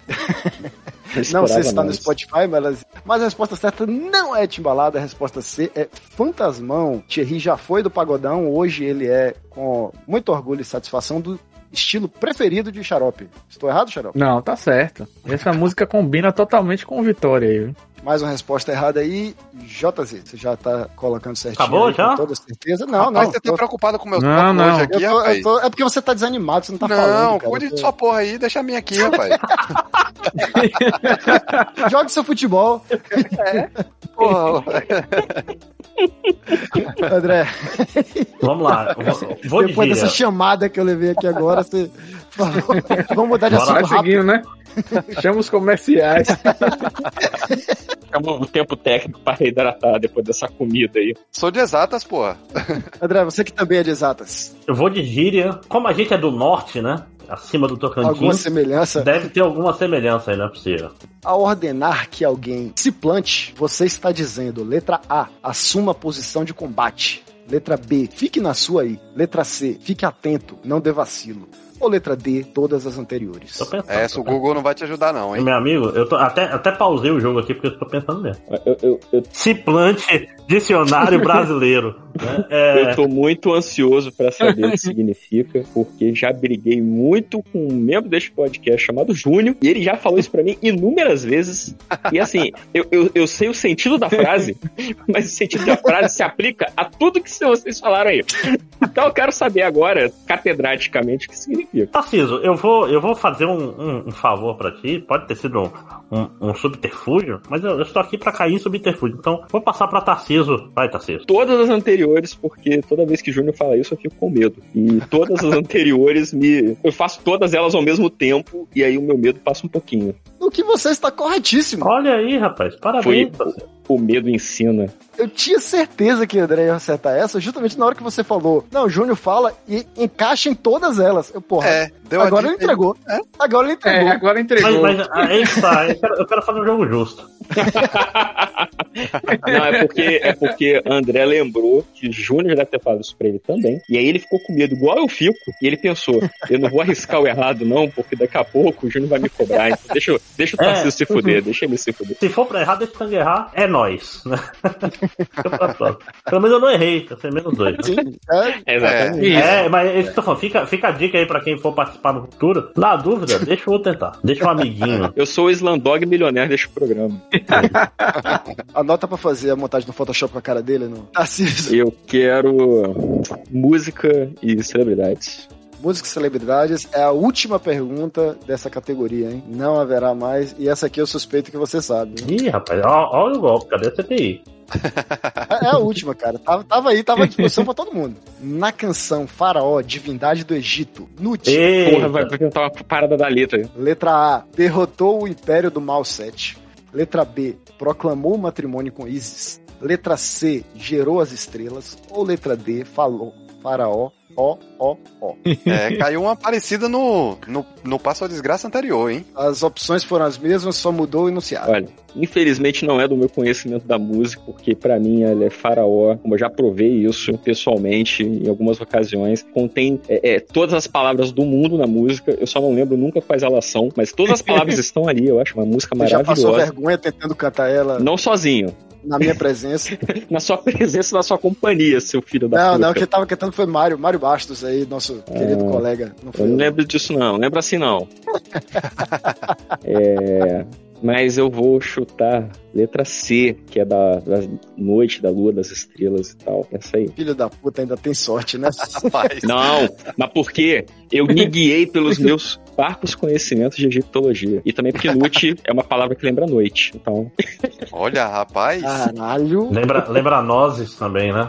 Speaker 2: Não sei se está no Spotify, mas, elas- mas a resposta certa não é Timbalada, a resposta C é Fantasmão. Thierry já foi do Pagodão, hoje ele é, com muito orgulho e satisfação, do estilo preferido de Xarope. Estou errado, Xarope?
Speaker 1: Não, tá certo. Essa música combina totalmente com o Vitória aí. viu?
Speaker 2: Mais uma resposta errada aí, JZ. Você já tá colocando certinho
Speaker 3: Acabou
Speaker 2: aí,
Speaker 3: já?
Speaker 2: com toda certeza? Não,
Speaker 5: rapaz,
Speaker 2: não.
Speaker 5: você
Speaker 2: tô-
Speaker 5: tá preocupado com meus
Speaker 1: Não,
Speaker 5: cálculos
Speaker 1: não.
Speaker 5: hoje
Speaker 2: eu
Speaker 5: aqui,
Speaker 2: tô- eu
Speaker 5: rapaz.
Speaker 2: tô- é porque você tá desanimado, você não tá falando.
Speaker 5: não,
Speaker 2: cara.
Speaker 5: cuide
Speaker 2: Eu tô-
Speaker 5: de sua porra aí, deixa a minha aqui, rapaz.
Speaker 2: Jogue seu futebol.
Speaker 5: Porra,
Speaker 2: André,
Speaker 3: Vamos lá, vou, vou de
Speaker 2: depois
Speaker 3: gíria.
Speaker 2: dessa chamada que eu levei aqui agora, você. Por favor, vamos mudar de
Speaker 3: Bora.
Speaker 2: assunto
Speaker 1: Vai
Speaker 2: rápido.
Speaker 1: seguindo, né?
Speaker 13: Chama os comerciais.
Speaker 11: Chama o um tempo técnico pra reidratar depois dessa comida aí.
Speaker 5: Sou de exatas, porra.
Speaker 2: André, você que também é de exatas.
Speaker 3: Eu vou de gíria. Como a gente é do norte, né? Acima do Tocantins.
Speaker 2: Alguma semelhança?
Speaker 3: Deve ter alguma semelhança aí, não é possível.
Speaker 2: Ao ordenar que alguém se plante, você está dizendo, letra A, assuma a posição de combate. Letra B, fique na sua aí. Letra C, fique atento, não dê vacilo. Ou letra D, todas as anteriores.
Speaker 3: Tô pensando. né?
Speaker 5: Essa É, o Google não vai te ajudar, não, hein?
Speaker 3: Meu amigo, eu tô- até, até pausei o jogo aqui porque eu tô pensando mesmo.
Speaker 11: Eu, eu, eu,
Speaker 3: Se plante dicionário brasileiro. né? É,
Speaker 11: Eu tô muito ansioso pra saber o que significa, porque já briguei muito com um membro deste podcast chamado Júnior, e ele já falou isso pra mim inúmeras vezes. E assim, eu, eu, eu sei o sentido da frase, mas o sentido da frase se aplica a tudo que vocês falaram aí. Então eu quero saber agora, catedraticamente, o que significa.
Speaker 3: Tarciso, eu vou, eu vou fazer um, um- um favor pra ti. Pode ter sido um, um- um subterfúgio, mas eu, eu estou aqui pra cair em subterfúgio. Então, vou passar pra Tarciso. Vai, Tarciso.
Speaker 11: Todas as anteriores, porque toda vez que Júnior fala isso, eu fico com medo. E todas as anteriores me. Eu faço todas elas ao mesmo tempo, e aí o meu medo passa um pouquinho.
Speaker 2: No que você está corretíssimo.
Speaker 3: Olha aí, rapaz.
Speaker 11: Foi o medo ensina.
Speaker 2: Eu tinha certeza que o André ia acertar essa, justamente na hora que você falou. Não, o Júnior fala e encaixa em todas elas. Eu, porra,
Speaker 5: É, deu a
Speaker 2: agora
Speaker 5: dica
Speaker 2: ele entregou. Agora ele entregou.
Speaker 13: É, agora
Speaker 3: Mas,
Speaker 13: entregou.
Speaker 3: mas aí está. Eu quero, eu quero fazer um jogo justo.
Speaker 11: Não, é porque, é porque André lembrou que Júnior deve ter falado isso pra ele também. E aí ele ficou com medo, igual eu fico. E ele pensou: eu não vou arriscar o errado, não, porque daqui a pouco o Júnior vai me cobrar. Então deixa, eu- deixa o
Speaker 3: É.
Speaker 11: Tarcísio se fuder, deixa ele se fuder.
Speaker 3: Se for pra errar, deixa o Tang errar. É nós. né? Fica pra próxima. Pelo menos eu não errei. Eu sei menos dois. né?
Speaker 2: Sim, é,
Speaker 11: Exatamente.
Speaker 3: É, mas é isso que eu tô falando. Fica, fica a dica aí pra quem for participar no futuro. Na dúvida, deixa o outro tentar. Deixa um amiguinho.
Speaker 11: É. Eu sou o Slandog milionário deste programa.
Speaker 2: Anota pra fazer a montagem no Photoshop com a cara dele. Tá, No... Tarcísio.
Speaker 11: Eu quero música e celebridades.
Speaker 2: Música e celebridades é a última pergunta dessa categoria, hein? Não haverá mais. E essa aqui eu suspeito que você sabe. né?
Speaker 3: Ih, rapaz, ó- olha o golpe. Cadê a CPI?
Speaker 2: É a última, cara. Tava, tava aí, tava à disposição pra todo mundo. Na canção Faraó, Divindade do Egito, Nut,
Speaker 3: Ei,
Speaker 11: Porra, vai vai tentar uma parada da letra.
Speaker 2: letra A, derrotou o Império do Mal 7. Letra B, proclamou o matrimônio com Isis. Letra C, gerou as estrelas. Ou letra D, falou Faraó, ó, ó, ó.
Speaker 5: É, caiu uma parecida no, no, no Passo à Desgraça anterior, hein?
Speaker 2: As opções foram as mesmas, só mudou o enunciado.
Speaker 11: Olha, infelizmente não é do meu conhecimento da música, porque pra mim ela é faraó, como eu já provei isso pessoalmente em algumas ocasiões. Contém é, é, todas as palavras do mundo na música, eu só não lembro nunca quais elas são, mas todas as palavras estão ali, eu acho uma música
Speaker 2: Você já passou
Speaker 11: maravilhosa.
Speaker 2: vergonha tentando cantar ela
Speaker 11: Não sozinho,
Speaker 2: na minha presença.
Speaker 11: na sua presença, na sua companhia, seu filho da
Speaker 2: Não,
Speaker 11: puta. Ah,
Speaker 2: não, quem tava cantando foi Mário, Mário Bastos aí, nosso querido colega. Não foi
Speaker 11: Eu não lembro disso, não. Não Lembro assim, não. É, Mas eu vou chutar letra C, que é da, da noite, da lua, das estrelas e tal. Essa aí.
Speaker 2: Filho da puta ainda tem sorte, né?
Speaker 5: Rapaz.
Speaker 11: Não, mas porque eu me guiei pelos meus parcos conhecimentos de egiptologia. E também porque noite é uma palavra que lembra noite. Então,
Speaker 5: Olha, rapaz.
Speaker 2: Ah. Caralho.
Speaker 3: Lembra, lembra nozes também, né?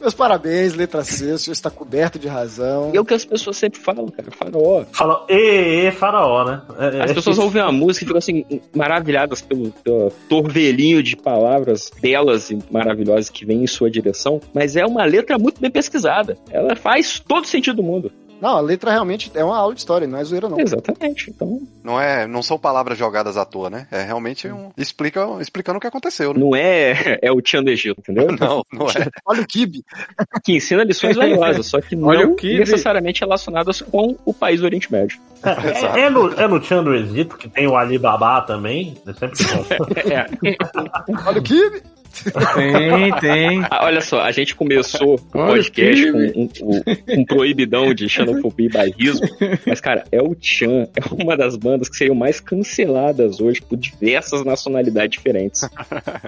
Speaker 2: Meus parabéns, letra C, o senhor está coberto de razão.
Speaker 11: é o que as pessoas sempre falam, cara. Faraó.
Speaker 3: Fala, e, e faraó, né? É, é,
Speaker 11: As pessoas ouvem a música e ficam assim, maravilhadas pelo, pelo torvelinho de palavras belas e maravilhosas que vem em sua direção, mas é uma letra muito bem pesquisada. Ela faz todo sentido do mundo.
Speaker 2: Não, a letra realmente é uma aula de história, não é zoeira, não.
Speaker 11: Exatamente. Então,
Speaker 5: Não, é, não são palavras jogadas à toa, né? É realmente um. Explica, explicando o que aconteceu, né?
Speaker 11: não é, é o Tchan do Egito, entendeu?
Speaker 5: Não, não é.
Speaker 2: Olha o Kibe.
Speaker 11: que ensina lições valiosas, só que
Speaker 13: Olha
Speaker 11: não
Speaker 13: o que-
Speaker 11: necessariamente relacionadas com o país do Oriente Médio.
Speaker 3: é, é, é no, é no Tchan do Egito, que tem o Alibaba também. É sempre bom.
Speaker 11: É,
Speaker 2: Olha o Kibe.
Speaker 1: Tem, tem.
Speaker 11: Ah, olha só, a gente começou o
Speaker 13: Olha
Speaker 11: podcast
Speaker 13: que-
Speaker 11: com um, um- um proibidão de xenofobia e barrismo, mas, cara, é o Chan, é uma das bandas que seriam mais canceladas hoje por diversas nacionalidades diferentes.
Speaker 3: Ah,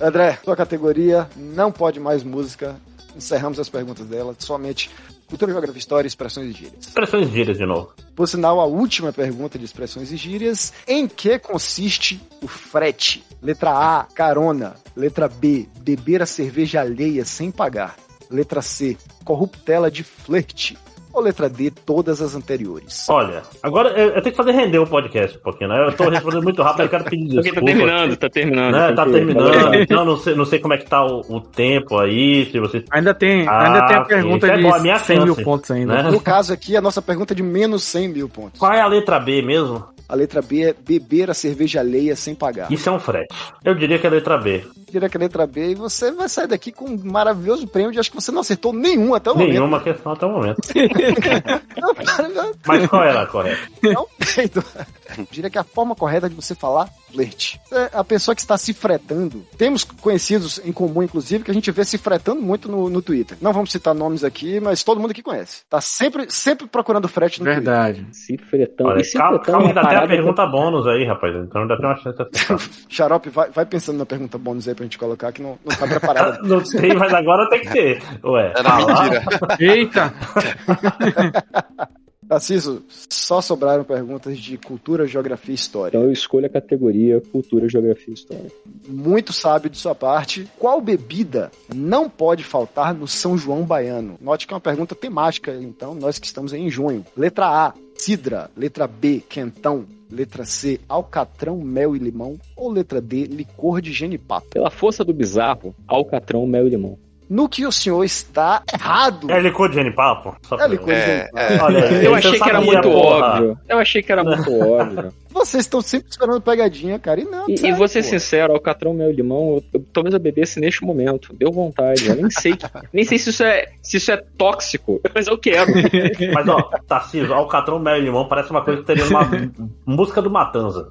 Speaker 2: André, sua categoria não pode mais música. Encerramos as perguntas dela, somente cultura, geografia, história, expressões e gírias.
Speaker 3: Expressões gírias de novo.
Speaker 2: Por sinal, a última pergunta de expressões e gírias. Em que consiste o frete? Letra A, carona. Letra B, beber a cerveja alheia sem pagar. Letra C, corruptela de flerte. ou letra D, todas as anteriores?
Speaker 3: Olha, agora eu, eu tenho que fazer render o podcast um pouquinho, né? Eu tô respondendo muito rápido, eu quero pedir
Speaker 11: Porque
Speaker 3: desculpa.
Speaker 11: tá terminando, tá terminando.
Speaker 3: Né?
Speaker 11: tem
Speaker 3: Tá
Speaker 11: que-
Speaker 3: terminando. Então, não sei, não sei como é que tá o, o tempo aí, se você...
Speaker 1: Ainda tem, ainda
Speaker 3: Ah,
Speaker 1: tem a pergunta
Speaker 3: é
Speaker 1: de 100 mil pontos
Speaker 3: Né?
Speaker 1: ainda.
Speaker 2: No caso aqui, a nossa pergunta é de menos 100 mil pontos.
Speaker 3: Qual é a letra B mesmo?
Speaker 2: A letra B é beber a cerveja alheia sem pagar.
Speaker 3: Isso é um frete. Eu diria que é a letra B.
Speaker 2: Tira que é a letra B e você vai sair daqui com um maravilhoso prêmio de acho que você não acertou nenhum até o
Speaker 3: Nenhuma
Speaker 2: momento.
Speaker 3: questão até o momento.
Speaker 2: Nenhuma.
Speaker 3: Mas qual era a correta?
Speaker 2: Não, peido. Então, Diria que a forma correta de você falar flerte. É A pessoa que está se fretando. Temos conhecidos em comum, inclusive, que a gente vê se fretando muito no, no Twitter. Não vamos citar nomes aqui, mas todo mundo aqui conhece. Tá sempre, sempre procurando frete no
Speaker 1: Verdade.
Speaker 11: Se fretando.
Speaker 3: Olha,
Speaker 2: E se
Speaker 3: calma,
Speaker 2: fretando uma
Speaker 3: calma, ainda tem a
Speaker 2: é parada né?
Speaker 3: pergunta bônus aí, rapaz. Então ainda tem uma chance de acertar.
Speaker 2: Twitter. Xarope, vai, vai pensando na pergunta bônus aí pra gente colocar, que não, não tá preparada.
Speaker 3: Não sei, mas agora tem que ter. Ué,
Speaker 5: É
Speaker 2: Era
Speaker 3: falar?
Speaker 2: mentira.
Speaker 1: Eita!
Speaker 2: Narciso, só sobraram perguntas de cultura, geografia e história.
Speaker 11: Então eu escolho a categoria Cultura, Geografia e História.
Speaker 2: Muito sábio de sua parte. Qual bebida não pode faltar no São João Baiano? Note que é uma pergunta temática, então, nós que estamos aí em junho. Letra A, cidra. Letra B, quentão. Letra C, alcatrão, mel e limão. Ou letra D, licor de genipapo.
Speaker 11: Pela força do bizarro, alcatrão, mel e limão.
Speaker 2: No que o senhor está errado.
Speaker 3: É licor de genipapo? Só pra-
Speaker 2: É licor de
Speaker 3: É,
Speaker 2: genipapo.
Speaker 3: é. Olha aí,
Speaker 11: eu
Speaker 3: você
Speaker 11: achei que era
Speaker 3: sabia,
Speaker 11: muito
Speaker 3: porra.
Speaker 11: óbvio. Eu achei que era muito óbvio.
Speaker 2: Vocês estão sempre esperando pegadinha, cara. E não,
Speaker 11: E, e
Speaker 2: sai,
Speaker 11: vou ser
Speaker 2: pô.
Speaker 11: sincero, alcatrão, mel e limão, eu- eu- talvez eu bebesse neste momento. Deu vontade. Eu nem sei, que- nem sei se, isso é, se isso é tóxico, mas eu quero.
Speaker 3: Mas ó, Tarcísio, Alcatrão, Mel e Limão parece uma coisa que teria numa música do Matanza.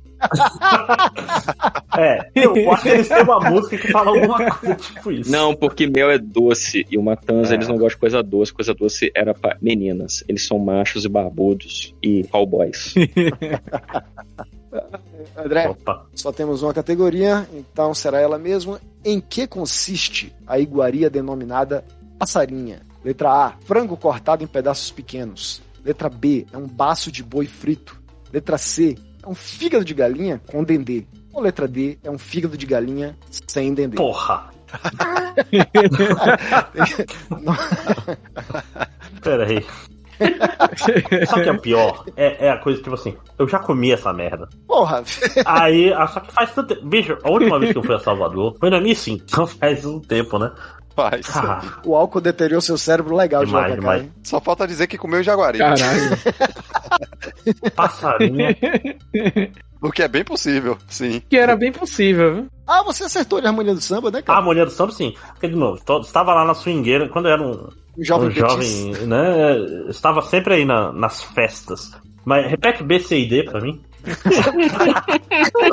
Speaker 3: é, eu acho que eles têm uma música que fala alguma coisa tipo isso.
Speaker 11: Não, porque mel é doce e uma tanza eles não gostam de coisa doce. Coisa doce era pra meninas. Eles são machos e barbudos e cowboys.
Speaker 2: André,
Speaker 3: Opa.
Speaker 2: só temos uma categoria, então será ela mesma. Em que consiste a iguaria denominada passarinha? Letra A, frango cortado em pedaços pequenos. Letra B, é um baço de boi frito. Letra C, é um fígado de galinha com dendê. Ou letra D, é um fígado de galinha sem dendê.
Speaker 3: Porra! Pera aí. Sabe o que é o pior? É, é a coisa, tipo assim, eu já comi essa merda.
Speaker 2: Porra!
Speaker 3: Aí, ah, só que faz tanto tempo. Bicho, a última vez que eu fui a Salvador foi em 2005, então faz um tempo, né?
Speaker 5: Faz.
Speaker 3: Ah,
Speaker 2: O álcool deteriorou seu cérebro legal,
Speaker 3: Demais,
Speaker 2: Jonathan,
Speaker 3: demais.
Speaker 2: cara, hein?
Speaker 5: Só falta dizer que comeu jaguari.
Speaker 2: Caralho.
Speaker 3: passarinha.
Speaker 5: O que é bem possível, sim.
Speaker 1: Que era bem possível, viu?
Speaker 2: Ah, você acertou de harmonia do samba, né,
Speaker 3: Ah,
Speaker 2: cara?
Speaker 3: mulher do samba, sim. Porque, de novo, to- estava lá na swingueira, quando eu era um,
Speaker 2: Um jovem
Speaker 3: um jovem né? Estava sempre aí na- nas festas. Mas repete B, C e D pra mim.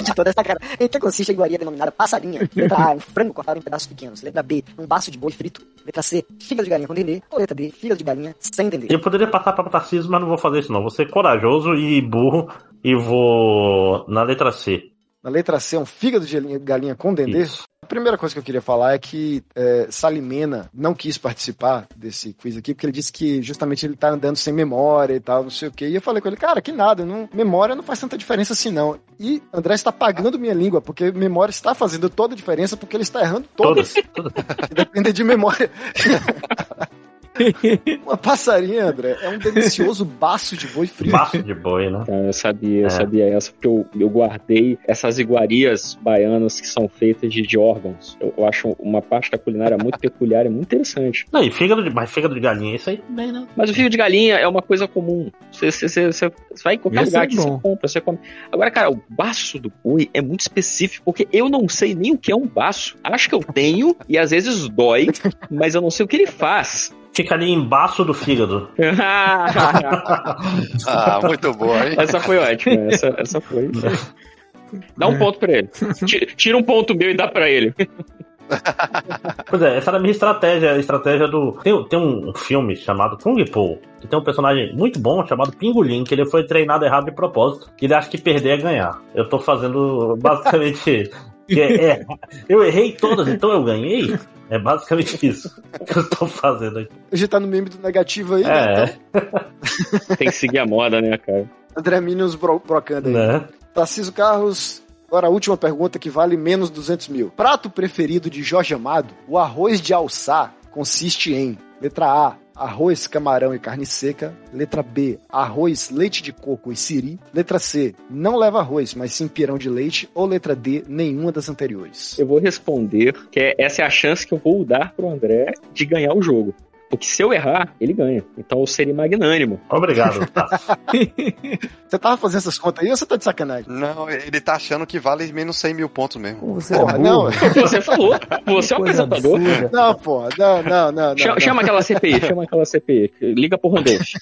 Speaker 12: de toda essa cara. Em que consiste a iguaria denominada passarinha? Letra A, um frango cortado em pedaços pequenos. Letra B, um baço de boi frito. Letra C, fígado de galinha com dendê. Ou letra D, fígado de galinha sem dendê.
Speaker 3: Eu poderia passar para o Tarcísio, mas não vou fazer isso, não. Vou ser corajoso e burro e vou na letra C.
Speaker 2: Na letra C, um fígado de galinha- galinha com dendê. A primeira coisa que eu queria falar é que é, Salimena não quis participar desse quiz aqui, porque ele disse que justamente ele tá andando sem memória e tal, não sei o quê. E eu falei com ele, cara, que nada, não- memória não faz tanta diferença assim não. E André está pagando minha língua, porque memória está fazendo toda a diferença, porque ele está errando todas.
Speaker 3: Todas.
Speaker 2: Depende de memória. Uma passarinha, André, é um delicioso baço de boi frito.
Speaker 3: Baço de boi, né?
Speaker 11: Cara, tá? eu sabia, eu sabia essa, porque eu, eu guardei essas iguarias baianas que são feitas de, de órgãos. Eu, eu acho uma parte da culinária muito peculiar e muito interessante.
Speaker 3: Não, e fígado de, mas fígado de galinha, isso aí também, né?
Speaker 11: Mas o fio de galinha é uma coisa comum. Você, você- você- você- você vai em qualquer
Speaker 1: Esse
Speaker 11: lugar
Speaker 1: é
Speaker 11: que você
Speaker 1: bom.
Speaker 11: compra, você come. Agora, cara, o baço do boi é muito específico, porque eu não sei nem o que é um baço. Acho que eu tenho, e às vezes dói, mas eu não sei o que ele faz.
Speaker 3: Fica ali embaixo do fígado.
Speaker 5: Ah, muito boa, hein?
Speaker 11: Essa foi ótima, essa, essa foi. Dá um ponto pra ele. Ti- Tira um ponto meu e dá pra ele.
Speaker 3: Pois é, essa era a minha estratégia, a estratégia do. Tem, tem um filme chamado Kung Po, que tem um personagem muito bom chamado Pingulim, que ele foi treinado errado de propósito, que ele acha que perder é ganhar. Eu tô fazendo basicamente. que é- é, eu errei todas, então eu ganhei. É basicamente isso que eu tô fazendo aqui.
Speaker 2: A gente tá no meme do negativo aí, né?
Speaker 3: É,
Speaker 11: Tem que seguir a moda, né, cara?
Speaker 2: André Minions bro brocando aí.
Speaker 3: né?
Speaker 2: Tarcísio Carlos, agora a última pergunta que vale menos 200 mil. Prato preferido de Jorge Amado, o arroz de alçá, consiste em letra A, arroz, camarão e carne seca. Letra B, arroz, leite de coco e siri. Letra C, não leva arroz, mas sim pirão de leite. Ou letra D, nenhuma das anteriores.
Speaker 11: Eu vou responder que é- essa é a chance que eu vou dar pro André de ganhar o jogo. Porque se eu errar, ele ganha. Então eu serei magnânimo.
Speaker 3: Obrigado.
Speaker 2: Você tava fazendo essas contas aí ou você tá de sacanagem?
Speaker 5: Não, ele tá achando que vale menos 100 mil pontos mesmo.
Speaker 2: Você Porra, é burro. não.
Speaker 11: Você falou. Você é o
Speaker 5: Coisa
Speaker 11: apresentador.
Speaker 5: absurda.
Speaker 2: Não, pô, não, não, não.
Speaker 11: Chama,
Speaker 2: não.
Speaker 11: chama aquela CPI, chama aquela CPI. Liga pro Randês.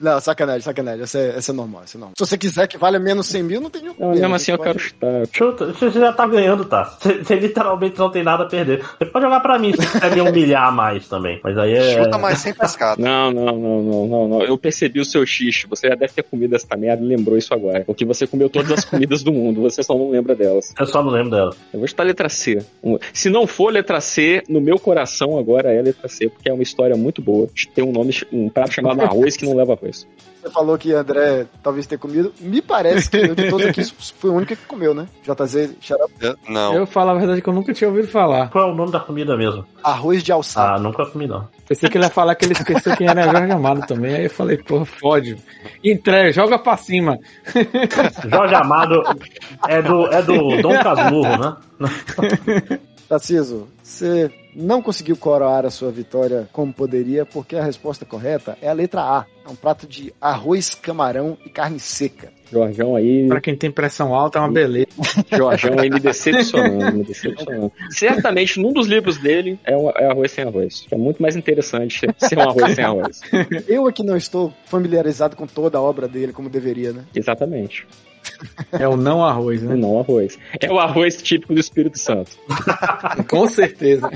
Speaker 2: Não, sacanagem, sacanagem. Essa é, essa é normal, essa é normal. Se você quiser que valha menos 100 mil, não tem nenhum problema.
Speaker 11: mesmo assim eu quero chutar.
Speaker 3: Chuta, você já tá ganhando, tá? Você, você literalmente não tem nada a perder. Você pode jogar pra mim se você quer me humilhar mais também. Mas aí é.
Speaker 5: pescado.
Speaker 11: Não, não, não, não, não, não. Eu percebi o seu xixi. Você já deve ter comido essa merda e lembrou isso agora. Porque você comeu todas as comidas do mundo, você só não lembra delas.
Speaker 3: Eu só não lembro delas.
Speaker 11: Eu vou chutar a letra C. Um- Se não for letra C, no meu coração agora é letra C, porque é uma história muito boa. Tem um nome, um prato chamado arroz que não leva arroz.
Speaker 2: Você falou que André talvez tenha comido. Me parece que eu de todos aqui foi o único que comeu, né? JZ, xará.
Speaker 5: Não.
Speaker 1: Eu falo a verdade que eu nunca tinha ouvido falar.
Speaker 3: Qual é o nome da comida mesmo?
Speaker 2: Arroz de alçada.
Speaker 3: Ah, nunca comi, não.
Speaker 1: Pensei que ele ia falar que ele esqueceu quem era Jorge Amado também. Aí eu falei, porra, fode. Entrega, joga pra cima.
Speaker 3: Jorge Amado é do, é do Dom Casmurro, né?
Speaker 2: Tarciso, você não conseguiu coroar a sua vitória como poderia, porque a resposta correta é a letra A. É um prato de arroz, camarão e carne seca.
Speaker 11: Jorgão aí.
Speaker 1: Pra quem tem pressão alta, é uma beleza.
Speaker 11: Jorgão aí me decepcionando, me decepcionando. Certamente, num dos livros dele é, um- é arroz sem arroz. É muito mais interessante ser um arroz sem arroz.
Speaker 2: Eu aqui não estou familiarizado com toda a obra dele como deveria, né?
Speaker 11: Exatamente.
Speaker 1: É o não arroz, né?
Speaker 11: O não arroz. É o arroz típico do Espírito Santo.
Speaker 1: Com certeza.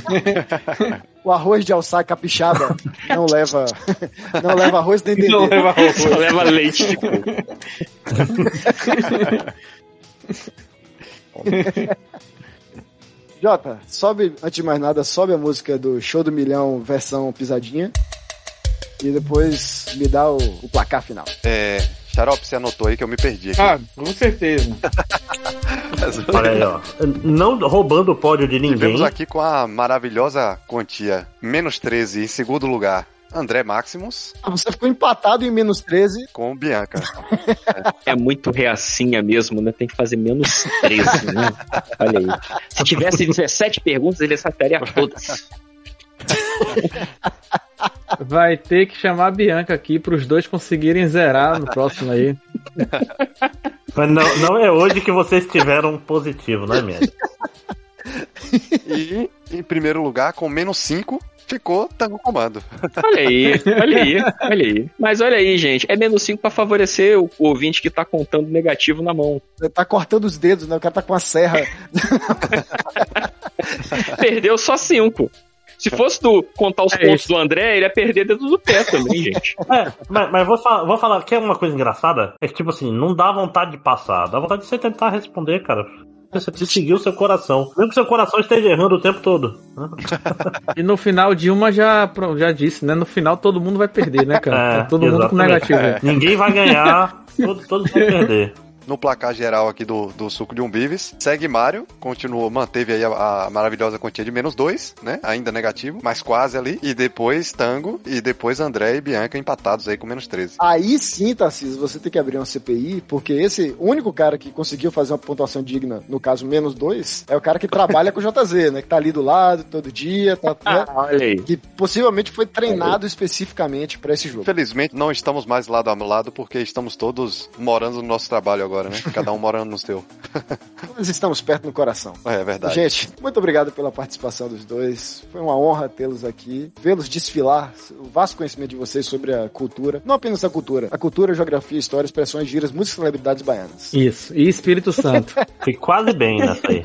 Speaker 2: O arroz de alçá capixaba não leva, não leva arroz nem dendê. né?
Speaker 11: Só leva leite de coco.
Speaker 2: Jota, sobe, antes de mais nada, sobe a música do Show do Milhão versão pisadinha. E depois me dá o, o placar final.
Speaker 5: É, Xarope, você anotou aí que eu me perdi aqui.
Speaker 1: Ah, com certeza.
Speaker 3: Olha aí, ó. Não roubando o pódio de
Speaker 5: Tivemos
Speaker 3: ninguém.
Speaker 5: aqui com a maravilhosa quantia. Menos 13 em segundo lugar. André Maximus
Speaker 2: Ah, Você ficou empatado em menos 13.
Speaker 5: com Bianca.
Speaker 11: É muito reacinha mesmo, né? Tem que fazer menos 13, né? Olha aí. Se tivesse 17 perguntas, ele acertaria todas.
Speaker 1: Vai ter que chamar a Bianca aqui pros dois conseguirem zerar no próximo aí.
Speaker 3: Mas não, não é hoje que vocês tiveram positivo, né, minha?
Speaker 5: E em primeiro lugar, com menos 5, ficou Tango Comando.
Speaker 11: Olha aí, olha aí, olha aí. Mas olha aí, gente. É menos 5 pra favorecer o o ouvinte que tá contando negativo na mão.
Speaker 2: Você tá cortando os dedos, né? O cara tá com a serra.
Speaker 11: Perdeu só 5. Se fosse do contar os
Speaker 3: É
Speaker 11: pontos
Speaker 3: isso.
Speaker 11: do André, ele ia perder dentro do pé também, gente.
Speaker 3: É, mas, mas vou, falar, vou falar, quer uma coisa engraçada? É que, tipo assim, não dá vontade de passar, dá vontade de você tentar responder, cara. Você precisa seguir o seu coração. Mesmo que seu coração esteja errando o tempo todo.
Speaker 1: E no final, Dilma já, já disse, né? No final todo mundo vai perder, né, cara?
Speaker 3: É,
Speaker 1: Tá todo mundo com
Speaker 3: exatamente.
Speaker 1: negativo.
Speaker 3: É. Ninguém vai ganhar, todo- todos vão perder.
Speaker 5: No placar geral aqui do, do suco de um Bives, segue Mario, continuou, manteve aí a, a maravilhosa quantia de menos 2, né? Ainda negativo, mas quase ali. E depois Tango, e depois André e Bianca empatados aí com menos 13.
Speaker 2: Aí sim, Tarcísio, você tem que abrir uma CPI, porque esse único cara que conseguiu fazer uma pontuação digna, no caso menos dois, é o cara que trabalha com o JZ, né? Que tá ali do lado todo dia, tá, né?
Speaker 11: Olha aí.
Speaker 2: que possivelmente foi treinado especificamente pra esse jogo.
Speaker 5: Felizmente não estamos mais lado a lado porque estamos todos morando no nosso trabalho agora, né? Cada um morando no seu.
Speaker 2: Nós estamos perto no coração.
Speaker 5: É verdade.
Speaker 2: Gente, muito obrigado pela participação dos dois. Foi uma honra tê-los aqui, vê-los desfilar o vasto conhecimento de vocês sobre a cultura, não apenas a cultura, a cultura, geografia, história, expressões, gírias, músicas, e celebridades baianas.
Speaker 1: Isso. E Espírito Santo.
Speaker 3: Fui quase bem nessa aí.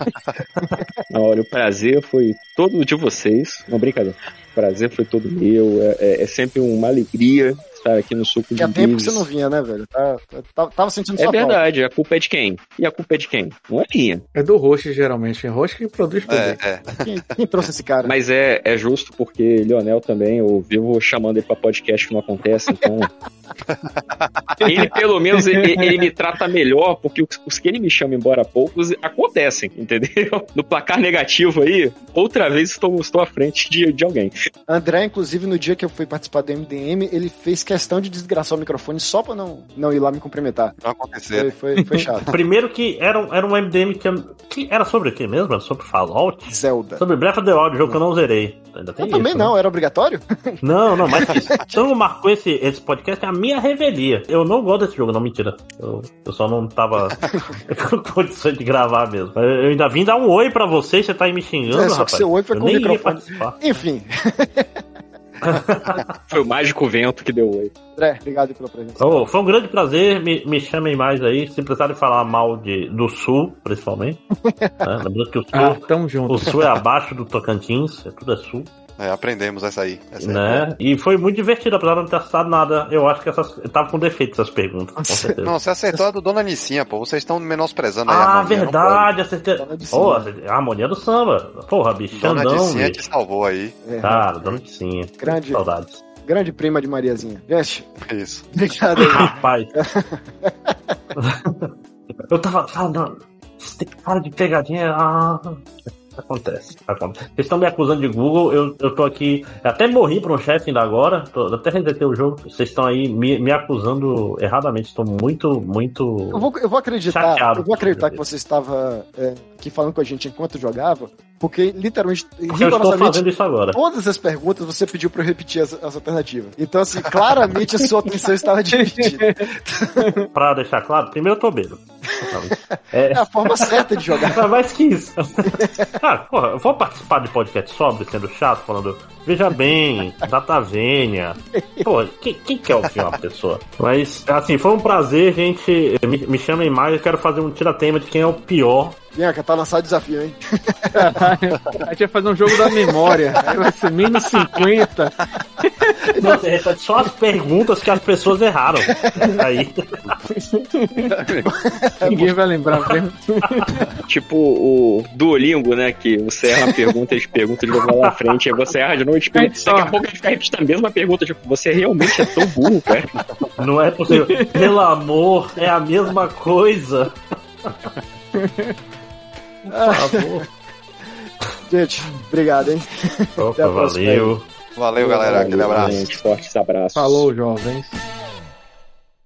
Speaker 11: Ah, Olha, o prazer foi todo de vocês. Não, brincadeira. O prazer foi todo meu. É, é- é sempre uma alegria cara, aqui no suco
Speaker 2: Tinha
Speaker 11: de
Speaker 2: tempo que
Speaker 11: livres.
Speaker 2: você não vinha, né, velho? Tá- tá- tava sentindo
Speaker 11: É
Speaker 2: sua falta.
Speaker 11: verdade, a culpa é de quem? E a culpa é de quem? Não é minha.
Speaker 13: É do host, geralmente. É host que produz
Speaker 5: É,
Speaker 13: poder.
Speaker 2: Quem, trouxe esse cara?
Speaker 11: Mas é, é justo porque Lionel também, eu vivo chamando ele pra podcast que não acontece, então. ele, pelo menos, ele, ele me trata melhor, porque os, os que ele me chama embora poucos acontecem, entendeu? No placar negativo aí, outra vez estou, estou à frente de, de alguém.
Speaker 2: André, inclusive, no dia que eu fui participar do MDM, ele fez questão de desgraçar o microfone só pra não, não ir lá me cumprimentar.
Speaker 5: Não aconteceu.
Speaker 2: Foi, foi, foi chato.
Speaker 3: Primeiro que era, um- era um MDM que, eu- que era sobre o que mesmo? Era sobre Fallout?
Speaker 2: Zelda.
Speaker 3: Sobre Breath of the Wild, jogo que eu não zerei. Ainda tem
Speaker 2: Eu também
Speaker 3: isso, né?
Speaker 2: não, era obrigatório?
Speaker 3: Não, não, mas que Tango marcou esse, esse podcast é a minha revelia. Eu não gosto desse jogo, não, mentira. Eu, eu só não tava com condições de gravar mesmo. Eu ainda vim dar um oi pra você e você tá aí me xingando,
Speaker 2: É, só que
Speaker 3: rapaz.
Speaker 2: seu oi foi
Speaker 3: Eu
Speaker 2: com o
Speaker 3: nem ia
Speaker 2: microfone.
Speaker 3: participar.
Speaker 2: Enfim,
Speaker 11: Foi o mágico vento que deu oi.
Speaker 2: André, obrigado pela presença.
Speaker 3: Ô, foi um grande prazer, me, me chamem mais aí. Se precisarem falar mal de, do Sul, principalmente. né? Lembrando que o Sul,
Speaker 13: Ah, tamo junto.
Speaker 3: o Sul é abaixo do Tocantins, é tudo é Sul.
Speaker 5: É, aprendemos essa aí. Essa aí.
Speaker 3: Né? E foi muito divertido, apesar de não ter acertado nada. Eu acho que essas. Eu tava com defeito essas perguntas, com certeza.
Speaker 5: Não, você acertou a do Dona Nicinha, pô. Vocês estão menosprezando aí a
Speaker 3: Ah,
Speaker 5: harmonia, não
Speaker 3: verdade, acertei.
Speaker 5: samba.
Speaker 3: Pô, acertei- a harmonia é do samba. Porra, bicho,
Speaker 5: pode. Dona é
Speaker 3: Xandão,
Speaker 5: Nicinha te
Speaker 3: bicho.
Speaker 5: salvou aí.
Speaker 2: É.
Speaker 5: né?
Speaker 3: Cara, dona Ticinha.
Speaker 2: Grande.
Speaker 3: Saudades.
Speaker 2: Grande prima de Mariazinha. Gente,
Speaker 5: Isso.
Speaker 2: obrigado aí.
Speaker 3: Rapaz. Eu tava falando. Isso tem cara de pegadinha. Ah. Acontece, acontece. Vocês estão me acusando de Google, eu, eu tô aqui. eu Até morri pra um chefe ainda agora. Tô, até resetei o jogo. Vocês estão aí me, me acusando erradamente. Estou muito, muito.
Speaker 2: Eu vou, eu vou acreditar,
Speaker 3: Chateado.
Speaker 2: eu vou acreditar que você estava é, aqui falando com a gente enquanto jogava, porque literalmente,
Speaker 3: Porque eu estou fazendo isso agora.
Speaker 2: todas as perguntas você pediu pra eu repetir as, as alternativas. Então, assim, claramente a sua atenção estava dividida.
Speaker 3: Pra deixar claro, primeiro eu tô bêbado.
Speaker 2: É a forma certa de jogar.
Speaker 3: Mas Tá mais que isso. Ah, porra, eu vou participar de podcast sobre, sendo chato, falando, veja bem, data vênia. Pô, quem, quem quer ouvir uma pessoa? Mas, assim, foi um prazer, gente. Me, me chamem mais, eu quero fazer um tira-tema de quem é o pior.
Speaker 2: Bianca, tá lançado o desafio, hein?
Speaker 13: A gente vai fazer um jogo da memória. Aí vai ser menos 50.
Speaker 3: Você recebe é, tá só as perguntas que as pessoas erraram. Aí.
Speaker 13: Ninguém vai lembrar mesmo.
Speaker 11: Tipo o Duolingo, né? Que você erra uma pergunta, eles perguntam, eles vão lá na frente, aí você erra de novo, eles perguntam. Daqui a pouco ele fica repetindo a mesma pergunta, tipo, você realmente é tão burro, cara?
Speaker 3: Não é possível. Pelo amor, é a mesma coisa. Por favor.
Speaker 2: Gente, obrigado, hein?
Speaker 3: Opa,
Speaker 2: a próxima
Speaker 3: valeu.
Speaker 5: Valeu, galera. Aquele abraço.
Speaker 11: Gente, fortes abraços.
Speaker 13: Falou, jovens.